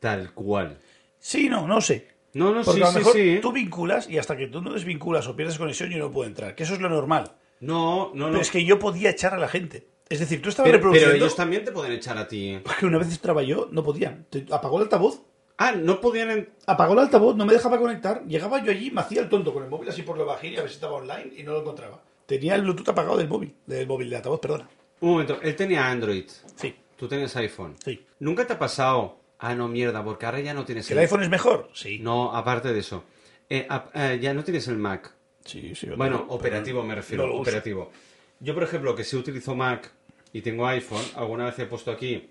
S1: Tal cual.
S2: Sí, no, no sé.
S1: No, no,
S2: Porque
S1: sí,
S2: a lo
S1: sí,
S2: mejor
S1: sí. ¿eh?
S2: tú vinculas y hasta que tú no desvinculas o pierdes conexión yo no puedo entrar, que eso es lo normal.
S1: No, no, no.
S2: Pero es que yo podía echar a la gente. Es decir, tú estabas
S1: Pero- pero
S2: reproduciendo...
S1: ellos también te pueden echar a ti.
S2: Es que una vez estaba yo, no podía. Te- Apagó el altavoz.
S1: Ah, no podían. en-
S2: Apagó el altavoz, no me dejaba conectar. Llegaba yo allí y me hacía el tonto con el móvil así por lo bajín y a ver si estaba online y no lo encontraba. Tenía el Bluetooth apagado del móvil, del móvil de altavoz, perdona.
S1: Un momento, él tenía Android.
S2: Sí,
S1: Tú tenías iPhone.
S2: sí.
S1: ¿Nunca te ha pasado? Ah, no, mierda, porque ahora ya no tienes
S2: ¿Que el iPhone es mejor? Sí.
S1: No, aparte de eso. Eh, ap- eh, ya no tienes el Mac.
S2: Sí, sí, yo
S1: Bueno,
S2: tengo, pero
S1: operativo me refiero,
S2: no lo uso.
S1: operativo. Yo, por ejemplo, que si utilizo Mac y tengo iPhone, alguna vez he puesto aquí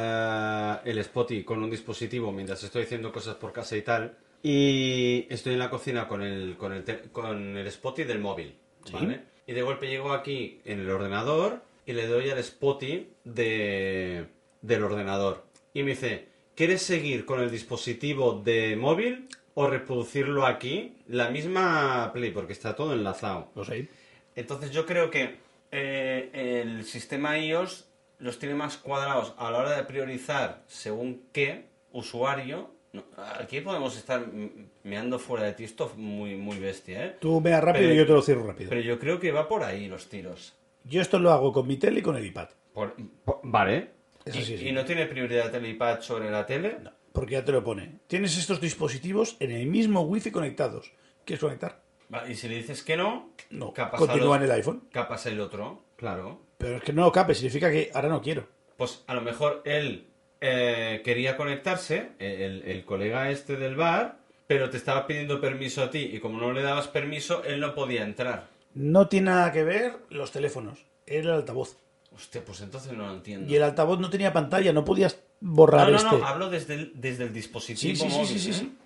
S1: eh, el Spotty con un dispositivo mientras estoy haciendo cosas por casa y tal. Y estoy en la cocina con el, con el, te- con el Spotty del móvil, ¿vale? Y de golpe llego aquí en el ordenador y le doy al Spotty de, del ordenador. Y me dice, ¿quieres seguir con el dispositivo de móvil o reproducirlo aquí? La misma play, porque está todo enlazado.
S2: No sé.
S5: Entonces yo creo que eh, el sistema iOS los tiene más cuadrados a la hora de priorizar según qué usuario. No, aquí podemos estar mm, meando fuera de ti, esto muy, muy bestia, ¿eh?
S2: Tú veas rápido
S5: Pero-
S2: y yo te lo cierro rápido.
S5: Pero yo creo que va por ahí los tiros.
S2: Yo esto lo hago con mi tele y con el iPad.
S5: Por-
S1: Po- Vale.
S2: Eso
S5: y,
S2: sí, sí.
S5: y no tiene prioridad el iPad sobre la tele?
S2: Porque ya te lo pone. Tienes estos dispositivos en el mismo wifi conectados. ¿Quieres conectar?
S5: Va, Y si le dices que no,
S2: No.
S5: capas
S2: Continúa en
S5: al-
S2: el iPhone.
S5: capas el otro, claro.
S2: Pero es que no lo cape, significa que ahora no quiero.
S5: Pues a lo mejor él eh, quería conectarse, eh, el, el colega este del bar, pero te estaba pidiendo permiso a ti y como no le dabas permiso, él no podía entrar.
S2: No tiene nada que ver los teléfonos. Era el altavoz.
S5: Hostia, pues entonces no lo entiendo.
S2: Y el altavoz no tenía pantalla, no podías
S5: No,
S2: borrar
S5: no,
S2: este.
S5: no, hablo desde el, desde el dispositivo
S2: sí, sí, sí,
S5: móvil.
S2: sí, sí,
S5: ¿eh?
S2: sí.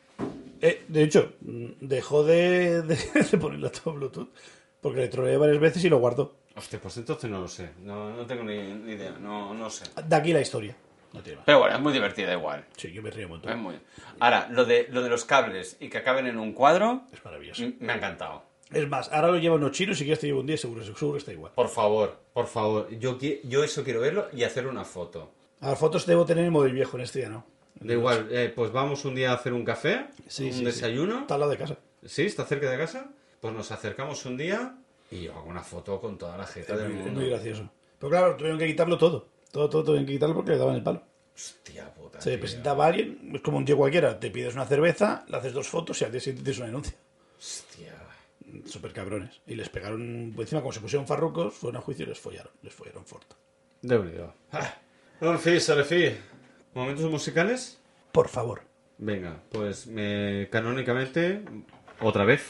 S2: Eh, de hecho, mm, dejó de, *laughs* de, de ponerlo a todo Bluetooth. Porque le troleé varias veces y lo guardó.
S1: Hostia, pues entonces no lo sé.
S5: No, no tengo ni, ni idea, no, no sé.
S2: De aquí la historia. No tiene más.
S5: Pero bueno, es muy divertida igual.
S2: Sí, yo me río un montón.
S5: Es muy... Ahora, lo de, lo de los cables y que acaben en un cuadro,
S2: Es maravilloso.
S5: m- me ha encantado.
S2: Es más, ahora lo llevan los chinos y quieres te llevo un día y seguro, seguro que está igual.
S5: Por favor, por favor, yo, qui- yo eso quiero verlo y hacer una foto.
S2: A las fotos debo tener el móvil viejo, en este ya no.
S1: Da igual, eh, pues vamos un día a hacer un café,
S2: Sí,
S1: un
S2: sí, sí.
S1: desayuno.
S2: Está al lado de casa.
S1: Sí, está cerca de casa. Pues nos acercamos un día y yo hago una foto con toda la jeta
S2: Es
S1: del
S2: muy, es
S1: mundo.
S2: muy gracioso. Pero claro, tuvieron que quitarlo todo. Todo, todo tuvieron que quitarlo porque le daban el palo.
S5: Hostia puta.
S2: Se
S5: tío.
S2: presentaba alguien, es como un tío cualquiera. Te pides una cerveza, le haces dos fotos y al día siguiente tienes una denuncia.
S5: Hostia.
S2: Súper cabrones. Y les pegaron, por encima como se pusieron farrucos, fueron a juicio y les follaron. Les follaron forte.
S1: De unido. En fin, Salefi. ¿Momentos musicales?
S2: Por favor.
S1: Venga, pues me, canónicamente, otra vez.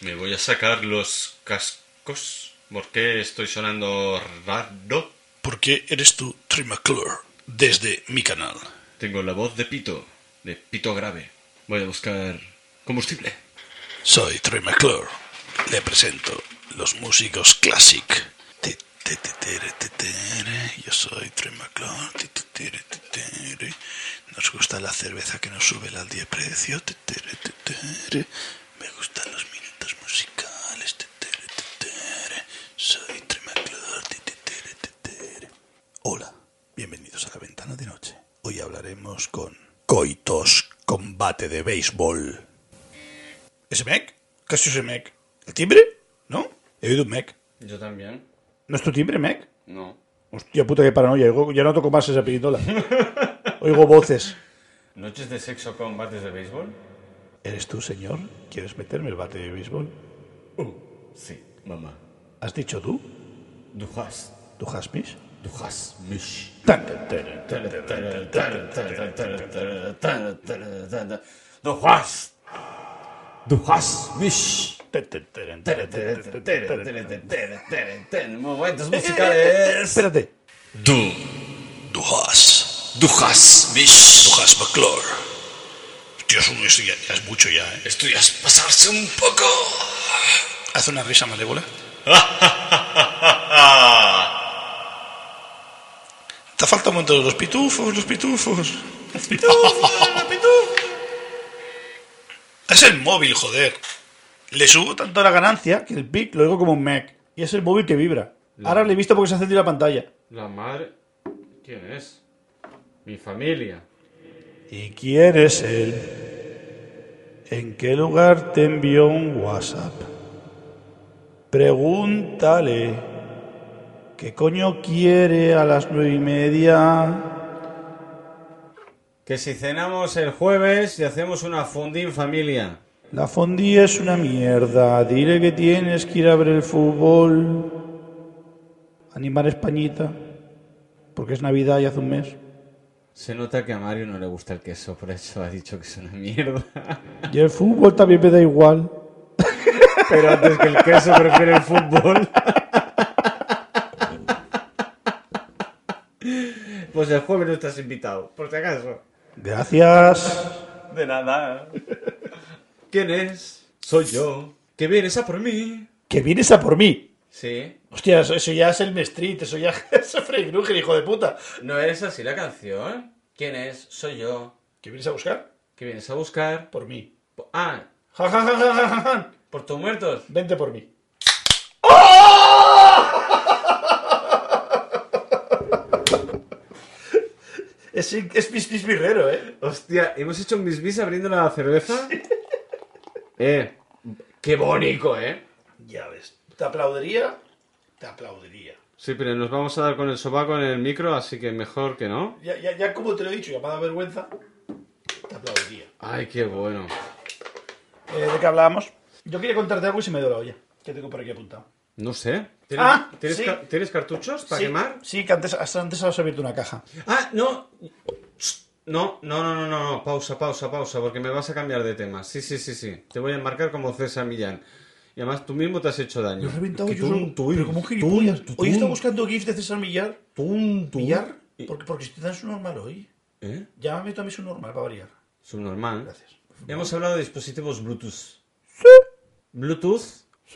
S1: Me voy a sacar los cascos. porque estoy sonando raro?
S3: Porque eres tú, Trey McClure, desde mi canal.
S1: Tengo la voz de pito, de pito grave. Voy a buscar combustible.
S3: Soy Trey McClure. Le presento los músicos classic. Ti, ti, ti, tere, ti, tere. Yo soy Trey McClure. Ti, ti, tere, ti, tere. Nos gusta la cerveza que nos sube al día precio. Ti, tere, ti, tere. Me gustan los minutos musicales. Ti, tere, ti, tere. Soy Trey McClure. Ti, ti, tere, ti, tere. Hola, bienvenidos a la ventana de noche. Hoy hablaremos con Coitos Combate de Béisbol.
S2: ¿Ese mec? ¿Qué es ese mec? ¿El timbre? ¿No? He oído un mec.
S5: Yo también.
S2: ¿No es tu timbre, mec?
S5: No.
S2: Hostia puta, que paranoia. Oigo- Ya no toco más esa piritola. Oigo voces.
S5: ¿Noches de sexo con bates de béisbol?
S2: ¿Eres tú, señor? ¿Quieres meterme el bate de béisbol?
S1: Uh.
S5: Sí, mamá.
S2: ¿Has dicho tú?
S5: Dujas.
S2: ¿Tú jaspis?
S5: Dujas. Mish.
S2: Tan, tan, tan, tan.
S5: Dujas. Dujas. Mish. Momentos musicales.
S2: Espérate.
S3: Du. Dujas. Dujas. Mish. Dujas McClure. Tío, es un estudias mucho ya, ¿eh? Estudias pasarse un poco. Haz una risa *laughs* malévola. Te falta un momento de los pitufos, los pitufos. Los pitufos, los pitufos. Es el móvil, joder.
S2: Le subo tanto la ganancia que el pic lo oigo como un mec. Y es el móvil que vibra. Ahora le he visto porque se ha encendido la pantalla.
S1: La madre... ¿Quién es? Mi familia.
S2: ¿Y quién es él? ¿En qué lugar te envió un WhatsApp? Pregúntale. ¿Qué coño quiere a las nueve y media?
S1: Que si cenamos el jueves y hacemos una fundín familia.
S2: La fondí es una mierda. Dile que tienes que ir a ver el fútbol. Animar a Españita. Porque es Navidad y hace un mes.
S1: Se nota que a Mario no le gusta el queso, por eso ha dicho que es una mierda. *laughs*
S2: Y el fútbol también me da igual.
S1: Pero antes que el queso prefiere el fútbol. *laughs* Pues el jueves no estás invitado, por si acaso.
S2: Gracias.
S1: De nada. ¿Quién es? Soy yo. Que vienes a por mí.
S2: Que vienes a por mí.
S1: Sí.
S2: Hostia, eso, eso ya es el Street, eso ya *laughs* es Freddy Krueger, hijo de puta.
S1: ¿No es así la canción? ¿Quién es? Soy yo.
S2: ¿Que vienes a buscar?
S1: Que vienes a buscar.
S2: Por mí.
S1: po- Ah,
S2: Ja, ja, ja, ja, ja, ja, ja.
S1: por tus muertos.
S2: Vente por mí. ¡Oh! *laughs* Es, es pis pis birrero, ¿eh?
S1: Hostia, hemos hecho un bisbis abriendo la cerveza. *laughs* eh, qué bonito, eh.
S2: Ya ves. Te aplaudiría, te aplaudiría.
S1: Sí, pero nos vamos a dar con el sobaco en el micro, así que mejor que no.
S2: Ya, ya, ya como te lo he dicho, llamada vergüenza, te aplaudiría.
S1: Ay, qué bueno.
S2: Eh, ¿De qué hablábamos? Yo quería contarte algo y se me dio la olla. Que tengo por aquí apuntado.
S1: No sé. ¿Tienes,
S2: Ah,
S1: ¿tienes,
S2: sí.
S1: ca- tienes cartuchos para
S2: sí,
S1: quemar?
S2: Sí, que antes, hasta antes has abierto una caja.
S1: Ah, no. No, no, no, no, no, no. Pausa, pausa, pausa, porque me vas a cambiar de tema. Sí, sí, sí, sí. Te voy a enmarcar como César Millán. Y además tú mismo te has hecho daño.
S2: Lo he reventado
S1: Qué
S2: yo solo,
S1: tonto
S2: pero
S1: eres,
S2: como un
S1: tonto,
S2: gilipollas. Hoy está
S1: tonto,
S2: buscando GIF de César Millar.
S1: tonto.
S2: ¿Millar? Porque, porque si te dan su normal hoy.
S1: ¿Eh?
S2: Llámame tú a mí su normal para variar.
S1: Subnormal.
S2: Gracias.
S1: Hemos hablado de dispositivos Bluetooth. Bluetooth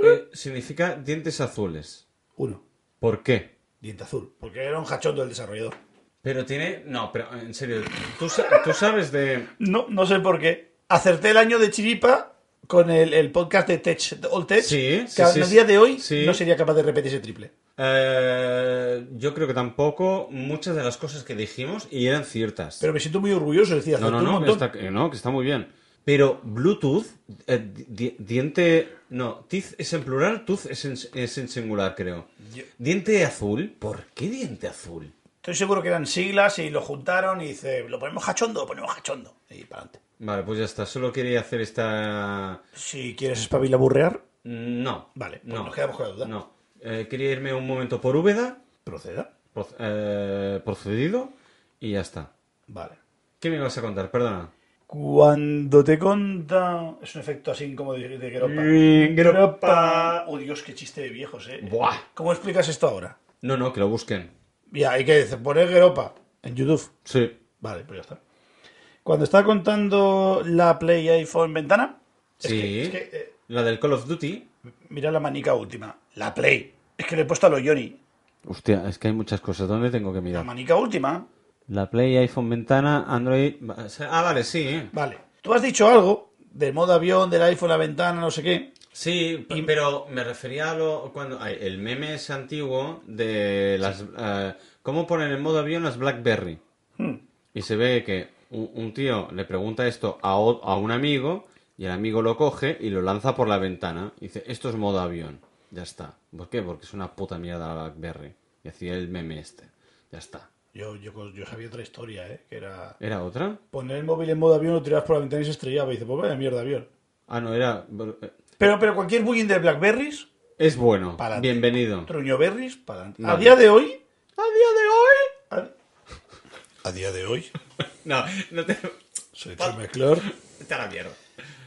S1: eh, significa dientes azules.
S2: Uno.
S1: ¿Por qué?
S2: Diente azul. Porque era un hachón del desarrollador.
S1: Pero tiene... No, pero en serio, tú, sa- tú sabes de...
S2: No, no sé por qué. Acerté el año de Chiripa con el, el podcast de Tech, de All Tech.
S1: Sí, sí,
S2: que a
S1: sí, sí.
S2: día de hoy
S1: Sí.
S2: no sería capaz de repetir ese triple.
S1: eh, yo creo que tampoco muchas de las cosas que dijimos y eran ciertas.
S2: Pero me siento muy orgulloso, decía.
S1: no, no,
S2: acerté un
S1: no, que
S2: montón.
S1: está, eh, no, que está muy bien. Pero Bluetooth, eh, di- di- diente... No, tiz es en plural, tooth es en, es en singular, creo.
S2: Yo-
S1: Diente azul. ¿Por qué diente azul?
S2: Estoy seguro que eran siglas y lo juntaron y dice, lo ponemos hachondo, lo ponemos hachondo. Y para adelante.
S1: Vale, pues ya está. Solo quería hacer esta.
S2: Si quieres espabila burrear,
S1: No.
S2: Vale, pues
S1: no.
S2: nos quedamos con la duda.
S1: No. Eh, quería irme un momento por Úbeda,
S2: proceda.
S1: proc- eh, procedido, y ya está.
S2: Vale.
S1: ¿Qué me ibas a contar? Perdona.
S2: Cuando te conta... Es un efecto así como de, de Gueropa.
S1: Mm, Gueropa.
S2: Oh, Dios, qué chiste de viejos, eh.
S1: Buah.
S2: ¿Cómo explicas esto ahora?
S1: No, no, que lo busquen.
S2: Ya, hay que decir, poner Gueropa en YouTube.
S1: Sí.
S2: Vale, pues ya está. Cuando estaba contando la Play iPhone ventana,
S1: sí.
S2: que- es que, eh,
S1: La del Call of Duty.
S2: mira la manica última. La Play. Es que le he puesto a los Johnny.
S1: Hostia, es que hay muchas cosas. ¿Dónde tengo que
S2: La
S1: mirar?
S2: manica última.
S1: La Play, iPhone, ventana, Android. Ah, vale, sí.
S2: Vale. Tú has dicho algo del modo avión, del iPhone, la ventana, no sé qué.
S1: Sí, p- pero me refería a lo cuando ay, el meme es antiguo de las eh, cómo ponen en modo avión las BlackBerry
S2: Hmm.
S1: y se ve que un, un tío le pregunta esto a, o- a un amigo y el amigo lo coge y lo lanza por la ventana y dice esto es modo avión ya está ¿por qué? Porque es una puta mierda la BlackBerry y hacía el meme este ya está
S2: Yo, yo, yo sabía otra historia, ¿eh? Que era
S1: era otra
S2: poner el móvil en modo avión, lo tirabas por la ventana y se estrellaba. Y dice, pues vaya mierda avión.
S1: ah no era
S2: Pero, pero cualquier bugging de Blackberries,
S1: es bueno
S2: Pa'lante.
S1: bienvenido
S2: Truñoberries, para adelante. A
S1: Vale.
S2: día de hoy...
S1: a día de hoy
S2: A, a día de hoy,
S1: no no te
S2: soy Tom McClure.
S1: te la mierda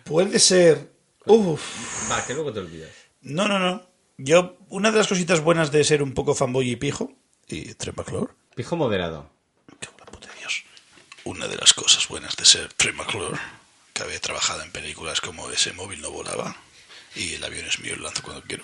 S2: Puede ser... Uf.
S1: Va, que luego te olvidas.
S2: No, no, no. Yo, una de las cositas buenas de ser un poco fanboy y pijo, y Trent McClure,
S1: Pijo moderado.
S7: Cago en la puta de Dios. Una de las cosas buenas de ser Trey McClure, que había trabajado en películas como Ese móvil no volaba y El avión es mío, lo lanzo cuando quiero.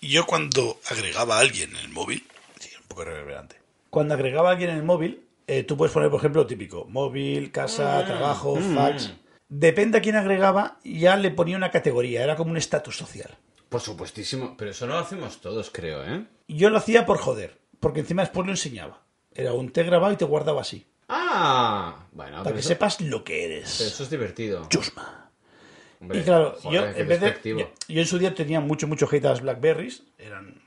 S7: Y yo cuando agregaba a alguien en el móvil, sí, un poco reverberante,
S2: cuando agregaba a alguien en el móvil, eh, tú puedes poner, por ejemplo, lo típico, móvil, casa, trabajo, fax. Depende a quién agregaba, ya le ponía una categoría, era como un estatus social.
S1: Por supuestísimo. Pero eso no lo hacemos todos, creo, ¿eh?
S2: Y Yo lo hacía por joder, porque encima después lo enseñaba. Era un te grababa y te guardaba así.
S1: Ah,
S5: ¡Ah! Bueno,
S2: Para
S5: pero
S2: que
S5: eso,
S2: sepas lo que
S5: pero
S2: eres.
S5: eso es divertido.
S2: Chusma.
S5: Hombre,
S2: y claro,
S5: joder,
S2: yo,
S5: qué
S2: en vez de,
S5: despectivo.
S2: yo, yo en su día tenía mucho, mucho hate a las Blackberries. Eran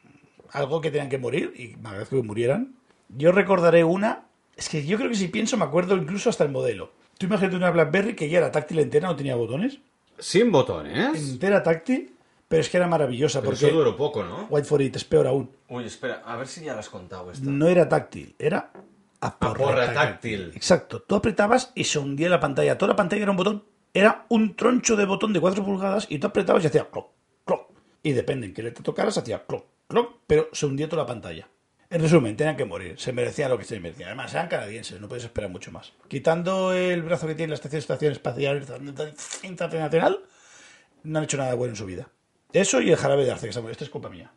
S2: algo que tenían que morir y me agradezco que murieran. Yo recordaré una. Es que yo creo que si pienso, me acuerdo incluso hasta el modelo. Tú imagínate una Blackberry que ya era táctil entera, no tenía botones.
S5: Sin botones.
S2: Entera táctil, pero es que era maravillosa
S5: Pero
S2: porque.
S5: eso duró poco, ¿no?
S2: White for it es peor aún.
S5: Uy, espera, a ver si ya lo has contado esta.
S2: No era táctil, era a porra,
S5: porra
S2: táctil.
S5: táctil.
S2: Exacto. Tú apretabas y se hundía la pantalla. Toda la pantalla era un botón. Era un troncho de botón de 4 pulgadas y tú apretabas y hacía cloc, cloc. Y depende en qué le te tocaras, hacía cloc, cloc, pero se hundía toda la pantalla. En resumen, tenían que morir. Se merecía lo que se merecía. Además, eran canadienses, no puedes esperar mucho más. Quitando el brazo que tiene la Estación, estación Espacial Internacional, no han hecho nada bueno en su vida. Eso y el jarabe de arce, que se Esto es culpa mía.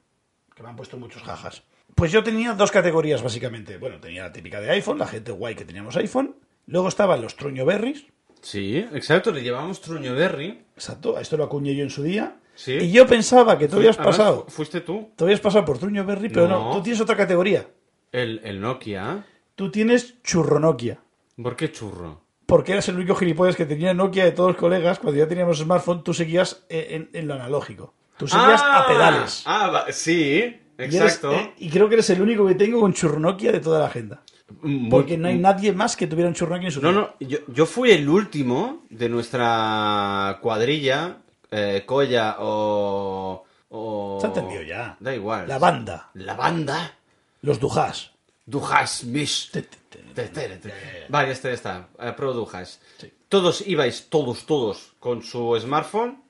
S2: Que me han puesto muchos jajas. Pues yo tenía dos categorías, básicamente. Bueno, tenía la típica de iPhone, la gente guay que teníamos iPhone. Luego estaban los truño berries.
S5: Sí, exacto, le llevamos Truño Berry.
S2: Exacto, a esto lo acuñé yo en su día.
S1: Sí.
S2: Y yo pensaba que tú habías
S1: Además,
S2: pasado.
S1: fu- Fuiste tú.
S2: Tú habías pasado por truño berry, pero no.
S5: No.
S2: Tú tienes otra categoría.
S1: El, el Nokia.
S2: Tú tienes churronokia.
S1: ¿Por qué churro?
S2: Porque eras el único gilipollas que tenía Nokia de todos los colegas. Cuando ya teníamos smartphone, tú seguías en, en- en lo analógico. Tú seguías Pues a pedales.
S1: Ah, va- sí,
S2: Y eres-
S1: exacto.
S2: eh, Y, creo que eres el único que tengo con churronokia de toda la agenda.
S1: Mm,
S2: Porque
S1: voy-
S2: no hay nadie más que tuviera un churronokia en su
S1: No,
S2: vida.
S1: no, yo, yo fui el último de nuestra cuadrilla, eh, Colla o, o-
S2: Se ha entendido ya.
S1: Da igual.
S2: La banda,
S1: La banda.
S2: los Dujas.
S1: Dujas, mis.
S2: Te- te- te-
S1: Te- te- te- Vale, este está. eh, Pro Dujas. Todos ibais, todos, todos, con su smartphone,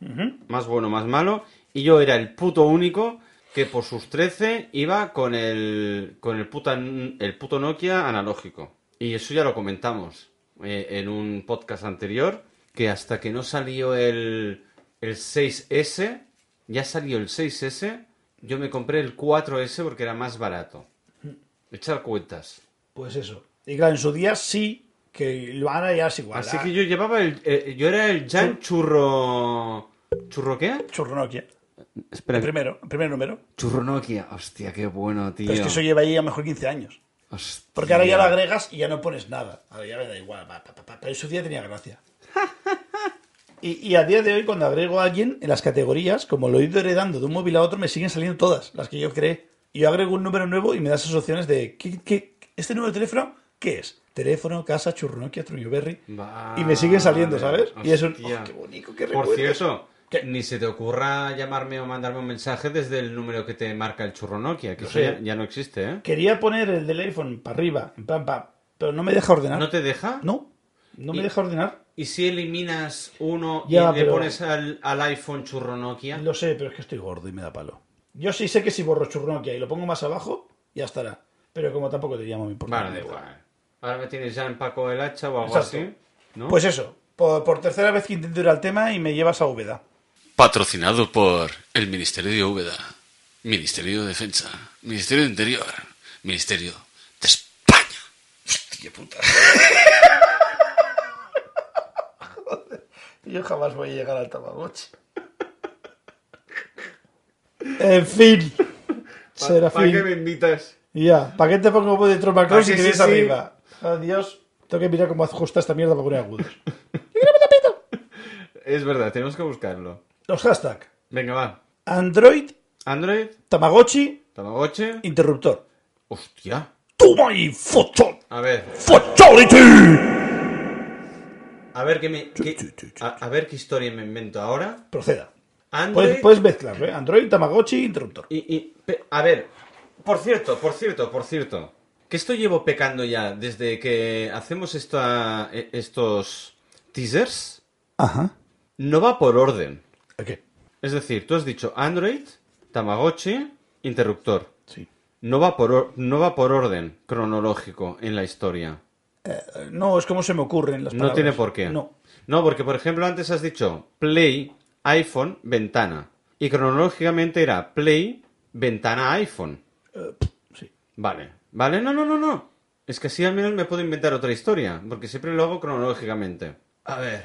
S1: más bueno, más malo, y yo era el puto único que por sus 13 iba con el, con el, puta- el puto Nokia analógico. Y eso ya lo comentamos eh, en un podcast anterior, que hasta que no salió el, el 6S, ya salió el 6S, yo me compré el 4S porque era más barato. Echar cuentas.
S2: Pues eso. Y claro, en su día sí, que lo ahora ya es igual.
S1: Así
S2: Ah,
S1: que yo llevaba el. eh, yo era el Jan Churro. ¿Churro qué?
S2: Churronokia.
S1: Espera,
S2: ¿eh? El primero, el primer número.
S1: Churro Nokia. Hostia, qué bueno, tío.
S2: Pero es que eso lleva ahí a lo mejor 15 años.
S1: Hostia.
S2: Porque ahora ya lo agregas y ya no pones nada. Ahora ya me da igual. pa, pa, pa, pa. Pero en su día
S1: *laughs*
S2: tenía gracia. Y, y a día de hoy, cuando agrego a alguien en las categorías, como lo he ido heredando de un móvil a otro, me siguen saliendo todas las que yo creé. Y yo agrego un número nuevo y me das esas opciones de ¿qué, qué- ¿este número de teléfono qué es? Teléfono, casa, churronokia, truñoberry.
S1: Vale.
S2: Y me siguen saliendo, ¿sabes? Y es un...
S1: Hostia.
S2: oh, ¡Qué bonito, qué
S1: Por
S2: recuerdo!
S1: cierto,
S2: ¿Qué?
S1: ni se te ocurra llamarme o mandarme un mensaje desde el número que te marca el Churro Nokia, que
S2: Lo
S1: eso
S2: sé.
S1: ya, ya no existe, ¿eh?
S2: Quería poner el del iPhone para arriba, en plan, pa, pero no me deja ordenar.
S1: ¿No te deja?
S2: no, no me
S1: Y-
S2: deja ordenar.
S1: ¿Y si eliminas uno
S2: Ya,
S1: y le
S2: pero-
S1: pones al, al iPhone Churro Nokia?
S2: Lo sé, pero es que estoy gordo y me da palo. Yo sí sé que si borro churronokia y lo pongo más abajo, ya estará. Pero como tampoco te llamo, me importa.
S1: Vale, da igual. Ahora me tienes ya en Paco el Hacha o algo
S2: Exacto.
S1: así. ¿no?
S2: Pues eso, por, por tercera vez que intento ir al tema y me llevas a Úbeda.
S3: Patrocinado por el Ministerio de Úbeda, Ministerio de Defensa, Ministerio de Interior, Ministerio de España. Hostia puta.
S2: Yo jamás voy a llegar
S1: *laughs*
S2: al Tamagotchi. en fin.
S1: ¿Para qué
S2: Serafín.
S1: me invitas?
S2: Ya, ¿para qué te pongo voz de Tromba
S1: ¿Para
S2: Cross
S1: qué
S2: si te
S1: sí,
S2: ves
S1: sí?
S2: arriba? Adiós. Tengo que mirar cómo ajusta esta mierda para poner agudos.
S1: Es verdad, tenemos que buscarlo.
S2: Los hashtags.
S1: Venga, va.
S2: Android,
S1: Android,
S2: Tamagotchi,
S1: Tamagotchi.
S2: interruptor.
S1: Hostia.
S2: ¡Toma y foto!
S1: A ver,
S2: ¡Fatality!
S1: a ver qué me. qué- a, a ver qué historia me invento ahora.
S2: Proceda.
S1: Android.
S2: Puedes, puedes mezclarlo, ¿eh? Android, Tamagotchi, interruptor.
S1: Y, y- pe- a ver, por cierto, por cierto, por cierto. Que esto llevo pecando ya desde que hacemos esta, e- estos teasers.
S2: Ajá.
S1: No va por orden.
S2: Ok.
S1: Es decir, tú has dicho Android, Tamagotchi, interruptor.
S2: Sí.
S1: No va por, or- no va por orden cronológico en la historia.
S2: Eh, no, es como se me ocurren las palabras.
S1: No tiene por qué.
S2: No.
S1: No, porque por ejemplo antes has dicho Play, iPhone, ventana. Y cronológicamente era Play, ventana, iPhone.
S2: Eh, pff, sí.
S1: Vale. Vale, no, no, no, no. Es que así al menos me puedo inventar otra historia, porque siempre lo hago cronológicamente. A ver,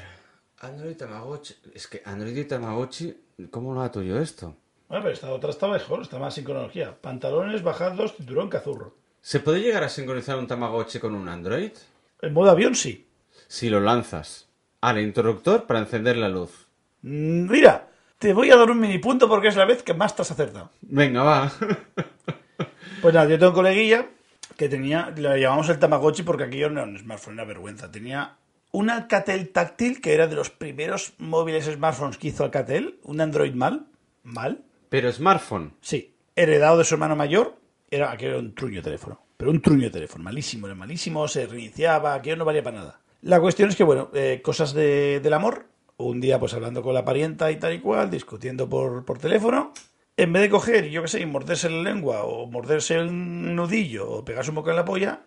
S1: Android Tamagotchi. Es que Android y Tamagotchi, ¿cómo lo ato yo esto?
S2: Bueno, pero esta otra está mejor, está más sin cronología. Pantalones bajados, cinturón cazurro.
S1: ¿Se puede llegar a sincronizar un Tamagotchi con un Android?
S2: En modo avión sí.
S1: Si lo lanzas al interruptor para encender la luz.
S2: Mm, Mira, te voy a dar un mini punto porque es la vez que más te has acertado.
S1: Venga, va. *laughs*
S2: Pues nada, yo tengo un coleguilla que tenía, lo llamamos el Tamagotchi porque aquello no era un smartphone, era una vergüenza. Tenía un Alcatel táctil que era de los primeros móviles smartphones que hizo Alcatel, un Android mal, mal,
S1: Pero smartphone.
S2: sí, heredado de su hermano mayor, era, aquello era un truño teléfono, pero un truño teléfono, malísimo, era malísimo, se reiniciaba, aquello no valía para nada. La cuestión es que, bueno, eh, cosas de- del amor, un día pues hablando con la parienta y tal y cual, discutiendo por, por teléfono, en vez de coger, yo qué sé, y morderse la lengua o morderse el nudillo o pegarse un poco en la polla,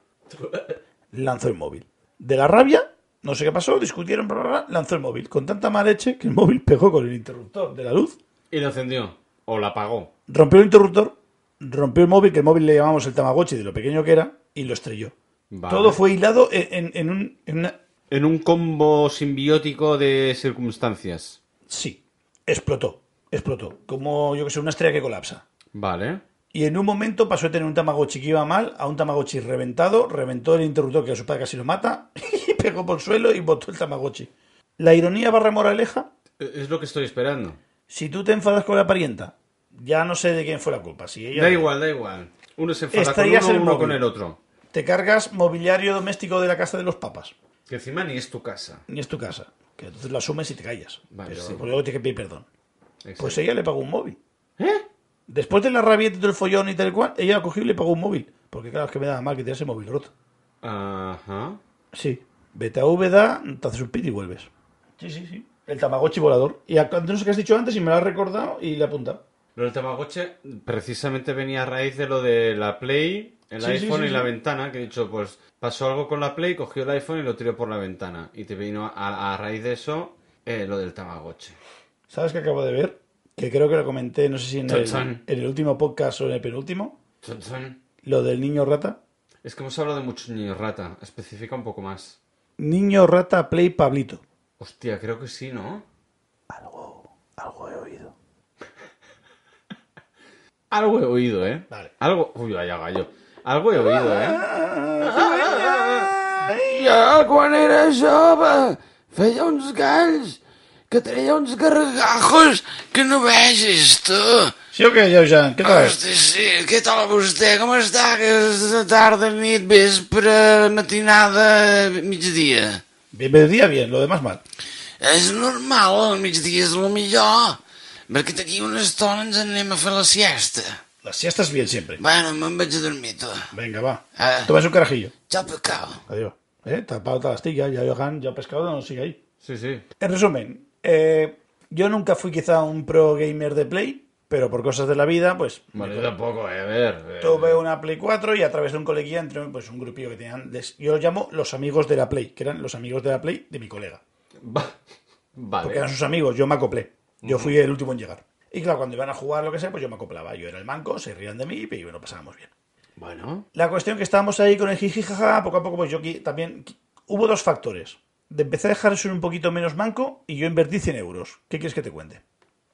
S2: lanzó el móvil. De la rabia, no sé qué pasó, discutieron, bla, bla, bla, lanzó el móvil, con tanta mala leche que el móvil pegó con el interruptor de la luz
S1: Y lo encendió. O la apagó.
S2: rompió el interruptor, rompió el móvil, que el móvil le llamamos el Tamagotchi de lo pequeño que era, y lo estrelló.
S1: Vale.
S2: Todo fue hilado en, en- en un, en una...
S1: En un combo simbiótico de circunstancias.
S2: Sí, explotó, explotó, como yo que sé, una estrella que colapsa.
S1: Vale.
S2: Y en un momento pasó de tener un Tamagotchi que iba mal a un Tamagotchi reventado, reventó el interruptor que a su padre casi lo mata, *laughs* y pegó por el suelo y botó el Tamagotchi. La ironía barra moraleja
S1: E- Es lo que estoy esperando.
S2: Si tú te enfadas con la parienta, ya no sé de quién fue la culpa. Si ella
S1: Da igual, da igual. Uno se enfada con
S2: Estarías
S1: uno,
S2: en el
S1: uno
S2: móvil.
S1: con el otro.
S2: Te cargas mobiliario doméstico de la casa de los papas,
S1: Que encima ni es tu casa.
S2: ni es tu casa. Que entonces lo asumes y te callas.
S1: Vale,
S2: pero
S1: sí.
S2: luego tienes que pedir perdón.
S1: Exacto.
S2: Pues ella le pagó un móvil.
S1: ¿Eh?
S2: Después de la rabieta y todo el follón y tal y cual, ella cogió y le pagó un móvil. Porque claro, es que me daba mal que tenía ese móvil roto.
S1: Ajá.
S2: Sí. Vete a Úbeda, te haces un pit y vuelves. Sí, sí, sí. El Tamagotchi volador. Y a- no sé qué has dicho antes y me lo has recordado y le he apuntado.
S1: Lo del Tamagotchi precisamente venía a raíz de lo de la Play, el
S2: Sí, sí,
S1: iPhone
S2: sí,
S1: y la
S2: sí.
S1: ventana, que he dicho, pues pasó algo con la Play, cogió el iPhone y lo tiró por la ventana. Y te vino a, a raíz de eso eh, lo del Tamagotchi.
S2: ¿Sabes qué acabo de ver? Que creo que lo comenté, no sé si en el,
S1: Chan, chan.
S2: en el último podcast o en el penúltimo,
S1: Chon, chon.
S2: lo del niño rata.
S1: Es que hemos hablado de muchos niños rata, especifica un poco más.
S2: Niño rata play Pablito.
S1: Hostia, creo que sí, ¿no?
S2: Algo he oído.
S1: *laughs* Algo he oído, ¿eh?
S2: Vale.
S1: Algo... Uy, vaya gallo. Algo he oído, ¿eh? Jo, quan era jove, feia uns galls que treia uns gargajos que no vegis, tu.
S2: ¿Sí o qué, Jojan? ¿Qué tal?
S1: Hosti, sí, què tal vostè? Com està aquesta tarda, nit, vespre, matinada, migdia?
S2: Bienvenida, bien, lo demás mal.
S1: És normal, al migdia és el millor, perquè d'aquí una estona ens anem a fer la siesta.
S2: Las siestas bien siempre.
S1: Bueno, me'n vaig a dormir, tu.
S2: Venga, va.
S1: Ah.
S2: Tomas un carajillo.
S1: Xau, pecau.
S2: Adiós. ¿Eh? Tapado todas las tigas, ya Johan, ya pescado, no sigue ahí.
S1: Sí, sí.
S2: En resumen, eh, yo nunca fui quizá un pro gamer de play, pero por cosas de la vida, pues
S1: Bueno, tampoco, eh, a ver.
S2: Tuve una Play 4 y a través de un coleguilla entré pues, un grupillo que tenían. les- yo los llamo los amigos de la Play, que eran los amigos de la Play de mi colega.
S1: Vale.
S2: Porque eran sus amigos, yo me acoplé. Yo fui el último en llegar. Y claro, cuando iban a jugar lo que sea, pues yo me acoplaba. Yo era el manco, se rían de mí y bueno, pasábamos bien.
S1: Bueno.
S2: La cuestión que estábamos ahí con el jiji jaja, poco a poco, pues yo qui- también. qui- Hubo dos factores. De empecé a dejar de ser un poquito menos manco y yo invertí 100 euros. ¿Qué quieres que te cuente?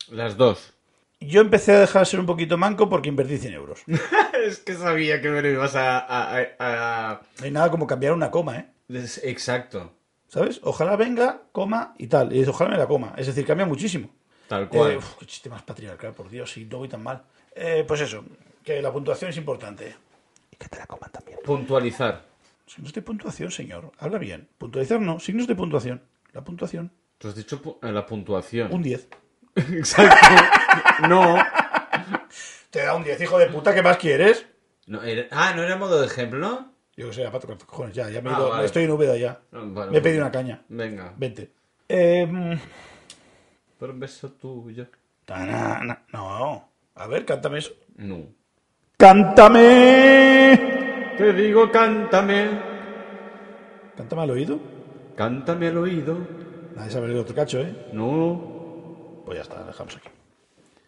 S1: Las dos.
S2: Yo empecé a dejar de ser un poquito manco porque invertí 100 euros.
S1: *laughs* Es que sabía que me lo ibas a... a- a- a-
S2: No hay nada como cambiar una coma, ¿eh?
S1: Es- Exacto.
S2: ¿Sabes? Ojalá venga, coma y tal. Y dice, ojalá me la coma. Es decir, cambia muchísimo.
S1: Tal cual.
S2: Eh, uf, qué chiste más patriarcal, por Dios, si no voy tan mal. Eh, pues eso, que la puntuación es importante. Y que te la coman también.
S1: Puntualizar.
S2: Signos de puntuación, señor. Habla bien. Puntualizar no, signos de puntuación. La puntuación.
S1: Tú has dicho pu- eh, la puntuación.
S2: Un 10.
S1: *laughs* Exacto. *laughs* no.
S2: Te da un 10, hijo de puta, ¿qué más quieres?
S1: No, era- Ah, ¿no era modo de ejemplo?
S2: Yo que sé, pato con cojones, ya, ya me he
S1: Ah,
S2: ido-
S1: vale.
S2: estoy en Úbeda ya.
S1: Ah, vale,
S2: me he
S1: vale.
S2: pedido una caña.
S1: Venga.
S2: Vente. Eh, mm,
S1: Por un beso tuyo.
S2: tanana. no. A ver, cántame eso.
S1: No.
S2: ¡Cántame!
S1: Te digo, cántame.
S2: Cántame al oído.
S1: Cántame al oído.
S2: Nadie sabe el otro cacho, ¿eh?
S1: No.
S2: Pues ya está, lo dejamos aquí.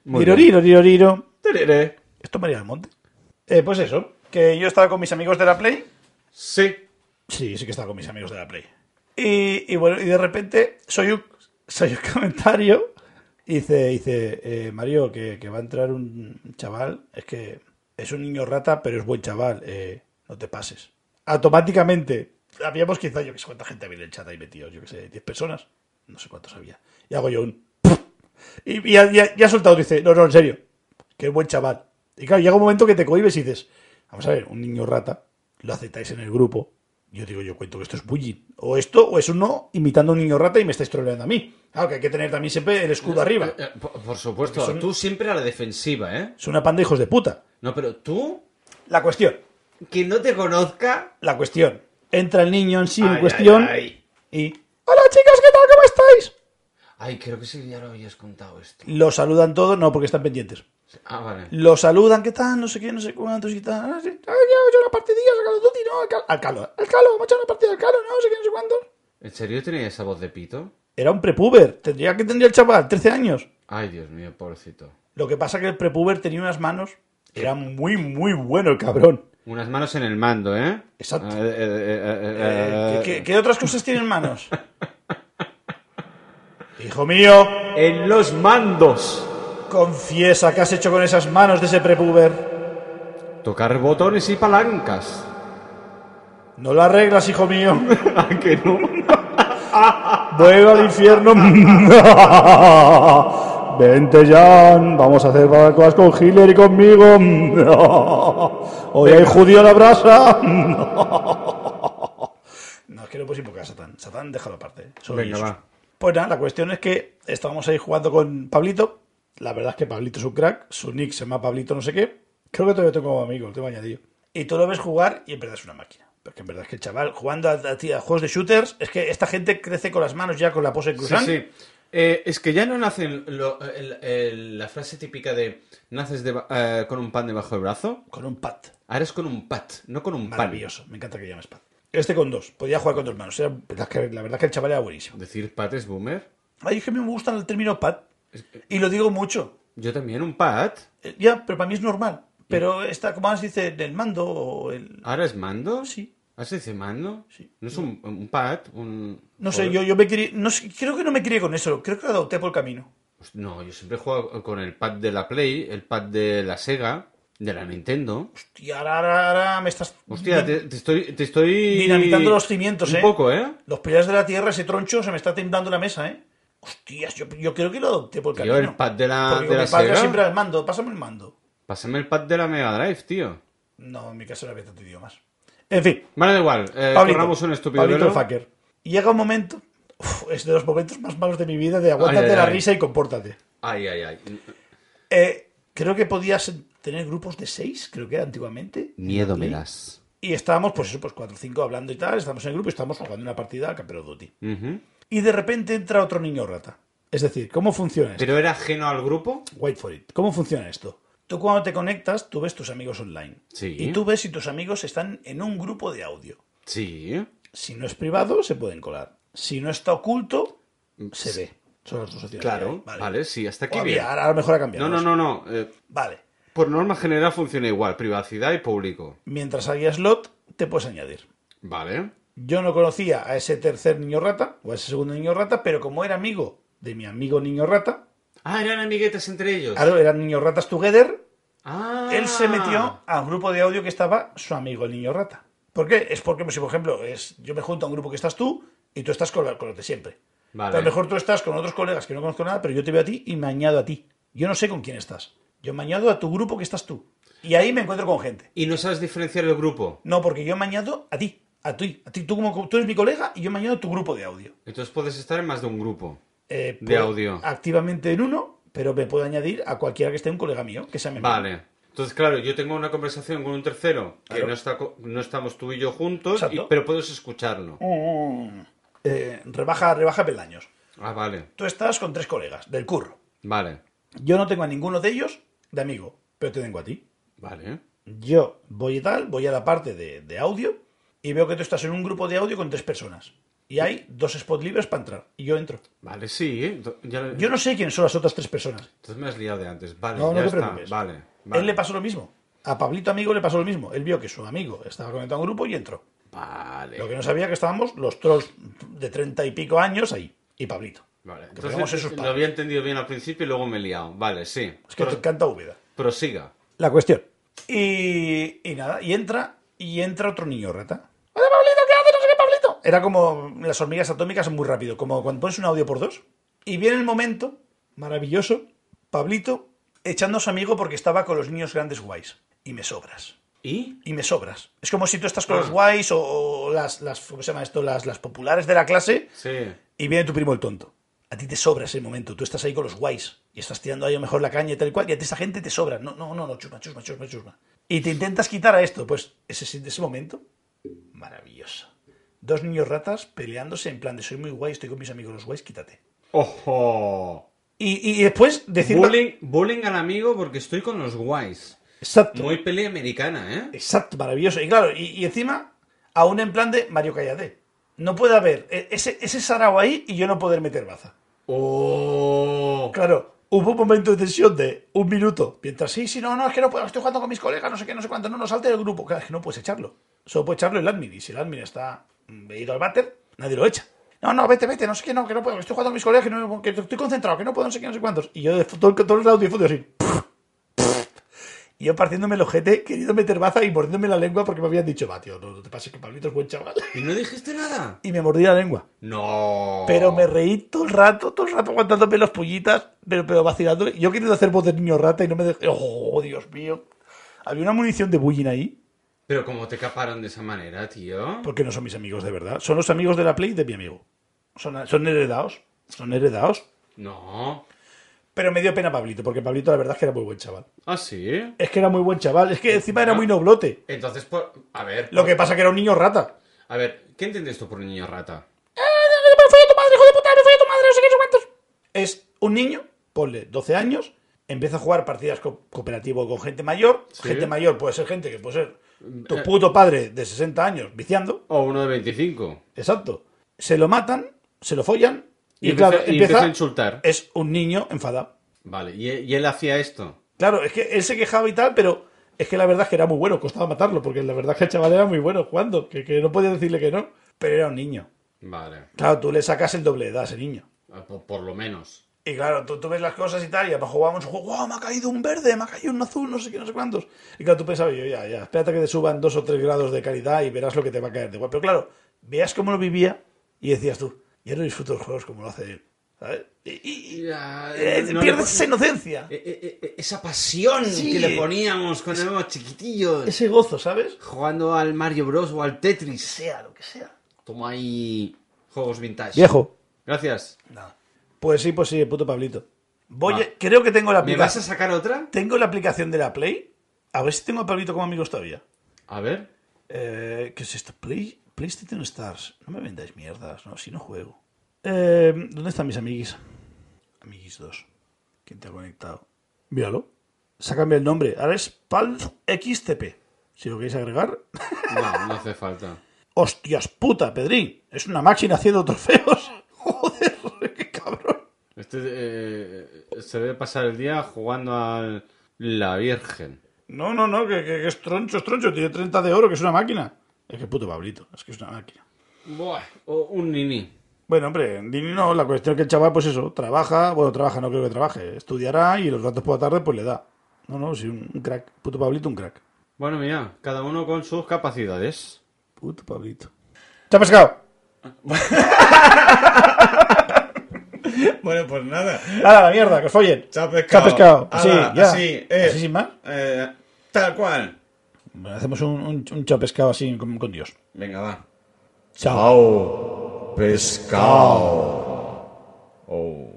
S1: Muy bien.
S2: Riroriro, riroriro.
S1: Tereré.
S2: ¿Esto es María del Monte? Eh, pues eso, que yo estaba con mis amigos de la Play.
S1: Sí.
S2: Sí, sí que estaba con mis amigos de la Play. Y, y bueno, y de repente soy un, soy un *laughs* comentario. Y dice, dice eh, Mario, que, que va a entrar un chaval. Es que es un niño rata, pero es buen chaval. eh, no te pases. Automáticamente habíamos quizá, yo que sé cuánta gente había en el chat ahí metido, yo que sé, 10 personas, no sé cuántos había. Y hago yo un. Y, y ya, ya- ya ha soltado, dice, no, no, en serio, qué buen chaval. Y claro, llega un momento que te cohibes y dices, vamos a ver, un niño rata, lo aceptáis en el grupo. Yo digo, yo cuento que esto es bullying. O esto, o es uno imitando a un niño rata y me estáis troleando a mí. Claro, que hay que tener también siempre el escudo arriba.
S1: Eh, eh, Por, por supuesto,
S2: Porque son-
S1: tú siempre a la defensiva, ¿eh?
S2: Es una panda de hijos de puta.
S1: No, pero tú,
S2: La cuestión,
S1: que no te conozca,
S2: la cuestión. Entra el niño en sí en
S1: Ay,
S2: cuestión
S1: ay,
S2: y... Hola chicas, ¿qué tal? ¿Cómo estáis?
S1: ay, creo que sí, ya lo habías contado esto.
S2: Lo saludan todos, no, porque están pendientes.
S1: Ah, vale.
S2: Lo saludan, ¿qué tal? No sé qué, no sé cuántos y tal. Ah, sí. Ah, yo, yo una partidilla, al Call of Duty, no, al Cal- al Calo. ¿eh? Al Calo, hemos hecho una partida al Calo, no sé qué, no sé cuántos.
S1: ¿En serio tenía esa voz de pito?
S2: Era un prepuber, tendría que tendría el chaval, 13 años.
S1: Ay, Dios mío, pobrecito.
S2: Lo que pasa que el prepuber tenía unas manos, era muy, muy bueno el cabrón.
S1: Unas manos en el mando, ¿eh?
S2: Exacto.
S1: Eh, eh, eh, eh,
S2: Eh,
S1: eh,
S2: ¿qué- qué, qué otras cosas tienen manos? Hijo mío,
S1: En los mandos.
S2: confiesa qué has hecho con esas manos de ese prepuber.
S1: Tocar botones y palancas. *laughs*
S2: No lo arreglas, hijo mío.
S1: ¿A que no?
S2: Vuelve al infierno. *laughs* Vente, Jan. Vamos a hacer barbacoas con Hitler y conmigo. Hoy hay judío a la brasa. No, es que no puedes invocar a Satán. Satán, déjalo aparte. ¿eh? Solo
S1: Venga,
S2: Jesús.
S1: va.
S2: Pues nada, la cuestión es que estábamos ahí jugando con Pablito. La verdad es que Pablito es un crack. Su nick se llama Pablito no sé qué. Creo que todavía tengo como amigo, el tema añadido. Y tú lo ves jugar y en verdad es una máquina. Porque en verdad es que el chaval, jugando a, a ti- a juegos de shooters, es que esta gente crece con las manos ya con la pose
S1: Sí,
S2: cruzada.
S1: sí. Eh, es que ya no nacen lo- el- el- la frase típica de naces de ba- eh, con un pan debajo del brazo.
S2: Con un pad.
S1: Ahora es con un pat, no con un pan.
S2: Maravilloso. Me encanta que llames pad. Este con dos. Podía jugar con dos manos. Era- la verdad es que- la verdad es que el chaval era buenísimo.
S1: Decir pat es boomer.
S2: Ay, es que me gusta el término pad. Y lo digo mucho.
S1: Yo también, un pat.
S2: Eh, Ya, pero para mí es normal. Pero está, como se dice, el mando o el...
S1: ¿Ahora es mando?
S2: Sí.
S1: ¿Ahora se dice mando?
S2: Sí.
S1: ¿No es un, un pat? Un...
S2: No sé,
S1: Joder.
S2: yo, yo me crié- no sé, creo que no me crié con eso, creo que lo adopté por el camino.
S1: Pues No, yo siempre he jugado con el pad de la Play, el pad de la Sega, de la Nintendo.
S2: Y ahora, ahora, ahora me estás...
S1: Hostia, te, te estoy, te estoy...
S2: Dinamitando los cimientos,
S1: un
S2: ¿eh?
S1: poco, ¿eh?
S2: Los pilares de la tierra, ese troncho, se me está temblando la mesa, ¿eh? Hostias, yo, yo creo que lo adopté por el
S1: Tío,
S2: camino.
S1: el pad de la-
S2: Porque
S1: de
S2: con
S1: la
S2: mi padre
S1: Sega.
S2: siempre era el mando, pásame el mando.
S1: Pásame el pad de la Mega Drive, tío.
S2: No, en mi caso era había tanto idiomas. En fin,
S1: Vale, da igual. Eh,
S2: Pablito,
S1: corramos un estúpido
S2: Pablito el
S1: velo.
S2: fucker. Y llega un momento, uf, es de los momentos más malos de mi vida, de aguántate
S1: Ay, ay,
S2: la
S1: ay.
S2: risa y compórtate.
S1: Ay, ay, ay.
S2: Eh, creo que podías tener grupos de seis, creo que era antiguamente.
S1: Miedo me das.
S2: Y estábamos, pues eso, pues 4 o 5 hablando y tal, estamos en el grupo y estamos jugando una partida al Campeón Duty. Y de repente entra otro niño rata. Es decir, ¿cómo funciona esto?
S1: ¿Pero era ajeno al grupo?
S2: Wait for it. ¿Cómo funciona esto? Tú cuando te conectas, tú ves tus amigos online.
S1: Sí.
S2: Y tú ves si tus amigos están en un grupo de audio.
S1: Sí.
S2: Si no es privado, se pueden colar. Si no está oculto, se ve. Son las dos opciones.
S1: Claro,
S2: que hay.
S1: vale, sí, hasta
S2: O
S1: aquí
S2: había,
S1: bien.
S2: ahora a lo mejor ha
S1: No,
S2: cambiado.
S1: no,
S2: sé.
S1: no, no. eh,
S2: Vale.
S1: por norma general funciona igual, privacidad y público.
S2: Mientras haya slot, te puedes añadir.
S1: Vale.
S2: Yo no conocía a ese tercer niño rata o a ese segundo niño rata, pero como era amigo de mi amigo niño rata,
S1: Ah, eran amiguetes entre ellos.
S2: claro, eran niños ratas together,
S1: Ah.
S2: él se metió a un grupo de audio que estaba su amigo el niño rata. ¿Por qué? Es porque, pues, si por ejemplo, es, yo me junto a un grupo que estás tú y tú estás con, la- con los de siempre.
S1: Vale.
S2: Pero a lo mejor tú estás con otros colegas que no conozco nada, pero yo te veo a ti y me añado a ti. Yo no sé con quién estás. Yo me añado a tu grupo que estás tú. Y ahí me encuentro con gente.
S1: ¿Y no sabes diferenciar el grupo?
S2: No, porque yo me añado a ti. A ti. A ti. Tú, como, tú eres mi colega y yo me añado a tu grupo de audio.
S1: Entonces puedes estar en más de un grupo.
S2: eh,
S1: De
S2: puedo-
S1: audio.
S2: Activamente en uno, pero me puedo añadir a cualquiera que esté un colega mío, que sea mi amigo.
S1: Vale. Entonces, claro, yo tengo una conversación con un tercero que
S2: Claro.
S1: no, está, co- no estamos tú y yo juntos, y-
S2: Exacto.
S1: pero puedes escucharlo.
S2: Eh, rebaja, rebaja peldaños.
S1: Ah, vale.
S2: Tú estás con tres colegas del curro.
S1: Vale.
S2: Yo no tengo a ninguno de ellos de amigo, pero te tengo a ti.
S1: Vale.
S2: Yo voy y tal, voy a la parte de, de audio y veo que tú estás en un grupo de audio con tres personas. Y hay dos spots libres para entrar. Y yo entro.
S1: Vale, sí. ¿eh? Ento- ya lo-
S2: Yo no sé quiénes son las otras tres personas.
S1: Entonces me has liado de antes. Vale,
S2: No, no
S1: ya
S2: te
S1: está.
S2: preocupes.
S1: Vale.
S2: Él
S1: vale.
S2: le pasó lo mismo. A Pablito Amigo le pasó lo mismo. Él vio que su amigo estaba conectado a un grupo y entró.
S1: Vale.
S2: Lo que no sabía que estábamos los trolls de treinta y pico años ahí. Y Pablito.
S1: Vale.
S2: Que podemos ser
S1: Entonces,
S2: sus
S1: lo
S2: padres.
S1: había entendido bien al principio y luego me he liado. Vale, sí.
S2: Es que te
S1: Pro-
S2: encanta Úbeda.
S1: Prosiga.
S2: La cuestión. Y, y nada, y entra, y entra otro niño rata. Hola, Pablito, ¿qué haces? No sé qué, Pablito, Era como las hormigas atómicas muy rápido, como cuando pones un audio por dos. Y viene el momento, maravilloso, Pablito echando a su amigo porque estaba con los niños grandes guays. Y me sobras.
S1: ¿Y?
S2: Y me sobras. Es como si tú estás con
S5: Ah.
S2: los guays o, o las, las, ¿cómo se llama esto? Las, las populares de la clase
S1: Sí.
S2: y viene tu primo el tonto. A ti te sobra ese momento, tú estás ahí con los guays y estás tirando ahí a lo mejor la caña y tal y cual, y a ti esa gente te sobra. No, no, no, no, chusma, chusma, chusma, chusma. Y te intentas quitar a esto, pues ese, ese momento, maravilloso. Dos niños ratas peleándose en plan de soy muy guay, estoy con mis amigos los guays, quítate.
S1: ¡Ojo!
S2: Y, y después decir...
S1: Bullying, bullying al amigo porque estoy con los guays.
S2: Exacto,
S1: Muy peli americana, ¿eh?
S2: exacto, maravilloso. Y claro, y, y encima, aún en plan de Mario Cállate. No puede haber e- ese, ese sarao ahí y yo no poder meter baza.
S1: ¡Oh!
S2: Claro, hubo un momento de tensión de un minuto. Mientras, sí, sí, no, no, es que no puedo, estoy jugando con mis colegas, no sé qué, no sé cuánto, no, no salte del grupo. Claro, es que no puedes echarlo. Solo puede echarlo el admin. Y si el admin está mm, ido al váter, nadie lo echa. No, no, vete, vete, no sé qué, no, que no puedo, estoy jugando con mis colegas, que, no, que estoy concentrado, que no puedo, no sé qué, no sé cuántos. Y yo de todo, todo el audio de fondo así. Y yo partiéndome el ojete, queriendo meter baza y mordiéndome la lengua porque me habían dicho, va, tío, no, no te pases que Pablito es buen chaval. *laughs*
S1: ¿Y no dijiste nada?
S2: Y me mordí la lengua.
S1: ¡No!
S2: Pero me reí todo el rato, todo el rato aguantándome las pullitas, pero, pero vacilándole. Yo queriendo hacer voz de niño rata y no me dejé. ¡Oh, Dios mío! Había una munición de bullying ahí,
S1: Pero como te caparon de esa manera, tío.
S2: porque no son mis amigos de verdad. Son los amigos de la Play de mi amigo. Son, son heredados. Son heredados.
S1: No.
S2: Pero me dio pena Pablito, porque Pablito la verdad es que era muy buen chaval.
S1: ¿Ah, sí?
S2: Es que era muy buen chaval, es que encima era muy noblote.
S1: Entonces, por... a ver.
S2: Lo que pasa que era un niño rata.
S1: A ver, ¿qué entiendes tú por un niño rata?
S2: ¡Me fui a tu madre, hijo de puta! ¡Me fui a tu madre! No sé qué, no sé cuántos. Es un niño, ponle 12 años, empieza a jugar partidas co- cooperativo con gente mayor.
S1: Sí.
S2: Gente mayor puede ser gente que puede ser tu
S1: Eh.
S2: puto padre de 60 años viciando.
S1: O uno de 25.
S2: Exacto. Se lo matan, se lo follan
S1: Y
S2: y,
S1: empieza-
S2: claro, Eh.
S1: y
S2: empieza,
S1: empieza a insultar.
S2: Es un niño enfadado.
S1: Vale, y, y él hacía esto.
S2: Claro, es que él se quejaba y tal, pero es que la verdad es que era muy bueno, costaba matarlo, porque la verdad es que el chaval era muy bueno jugando, que, que no podía decirle que no. Pero era un niño.
S1: Vale.
S2: Claro, tú le sacas el doble de edad a ese niño.
S1: Ah, Por, por lo menos.
S2: Y claro, tú, tú ves las cosas y tal, y abajo jugamos un juego, wow, me ha caído un verde, me ha caído un azul, no sé qué, no sé cuántos. Y claro, tú pensabas, yo, ya, ya, espérate que te suban dos o tres grados de calidad y verás lo que te va a caer de guay. Pero claro, veas cómo lo vivía y decías tú, yo no disfruto los juegos como lo hace él. ¿Sabes? Y, y- y-
S1: Ya,
S2: eh,
S1: no le
S2: pierdes
S1: po-
S2: esa inocencia,
S1: Eh, eh, eh, Esa pasión
S2: Sí.
S1: que le poníamos cuando éramos chiquitillos.
S2: ese gozo, ¿sabes?
S1: Jugando al Mario Bros o al Tetris.
S2: Sea lo que sea.
S1: Toma ahí juegos vintage.
S2: Viejo.
S1: Gracias.
S2: Nada. Pues sí, pues sí, puto Pablito. Voy,
S1: Va.
S2: a- creo que tengo la
S1: ¿Me vas a
S2: aplicación.
S1: sacar otra?
S2: Tengo la aplicación de la Play. A ver si tengo a Pablito como amigos todavía.
S1: A ver.
S2: Eh, ¿Qué es esto? Play, PlayStation Stars. No me vendáis mierdas, ¿no? Si no juego. Eh, ¿Dónde están mis amiguis? Amiguis 2. ¿Quién te ha conectado? Míralo. Sácame el nombre. Ahora es PALZ XTP. Si lo queréis agregar. *laughs*
S1: No, no hace falta.
S2: ¡Hostias puta, Pedrín! Es una máquina haciendo trofeos. *laughs* Joder, qué cabrón.
S1: Este eh, se debe pasar el día jugando al La Virgen.
S2: No, no, no, que, que- que es troncho, es troncho. Tiene 30 de oro, que es una máquina. Es que puto Pablito, es que es una máquina.
S1: Buah, o un nini.
S2: Bueno, hombre, Dini no, la cuestión es que el chaval, pues eso, trabaja, bueno, trabaja, no creo que trabaje, estudiará y los ratos por la tarde, pues le da. No, no, sí, un un crack, puto Pablito, un crack.
S1: Bueno, mira, cada uno con sus capacidades.
S2: Puto Pablito. ¡Te ha pescado!
S5: Bueno, pues nada.
S2: ¡Hala, la mierda, que os follen!
S5: Se ha pescado.
S2: Se ha pescado.
S5: Hala,
S2: Sí, ya.
S5: así, eh.
S2: Así sin más.
S5: Eh, tal cual.
S2: Bueno, hacemos un, un, un chapescado así con, con Dios.
S5: Venga, va.
S2: *laughs* Chao.
S5: Pescado. Oh.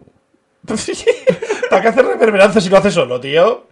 S2: ¿Para qué hacer reverberancia si lo hace solo, tío?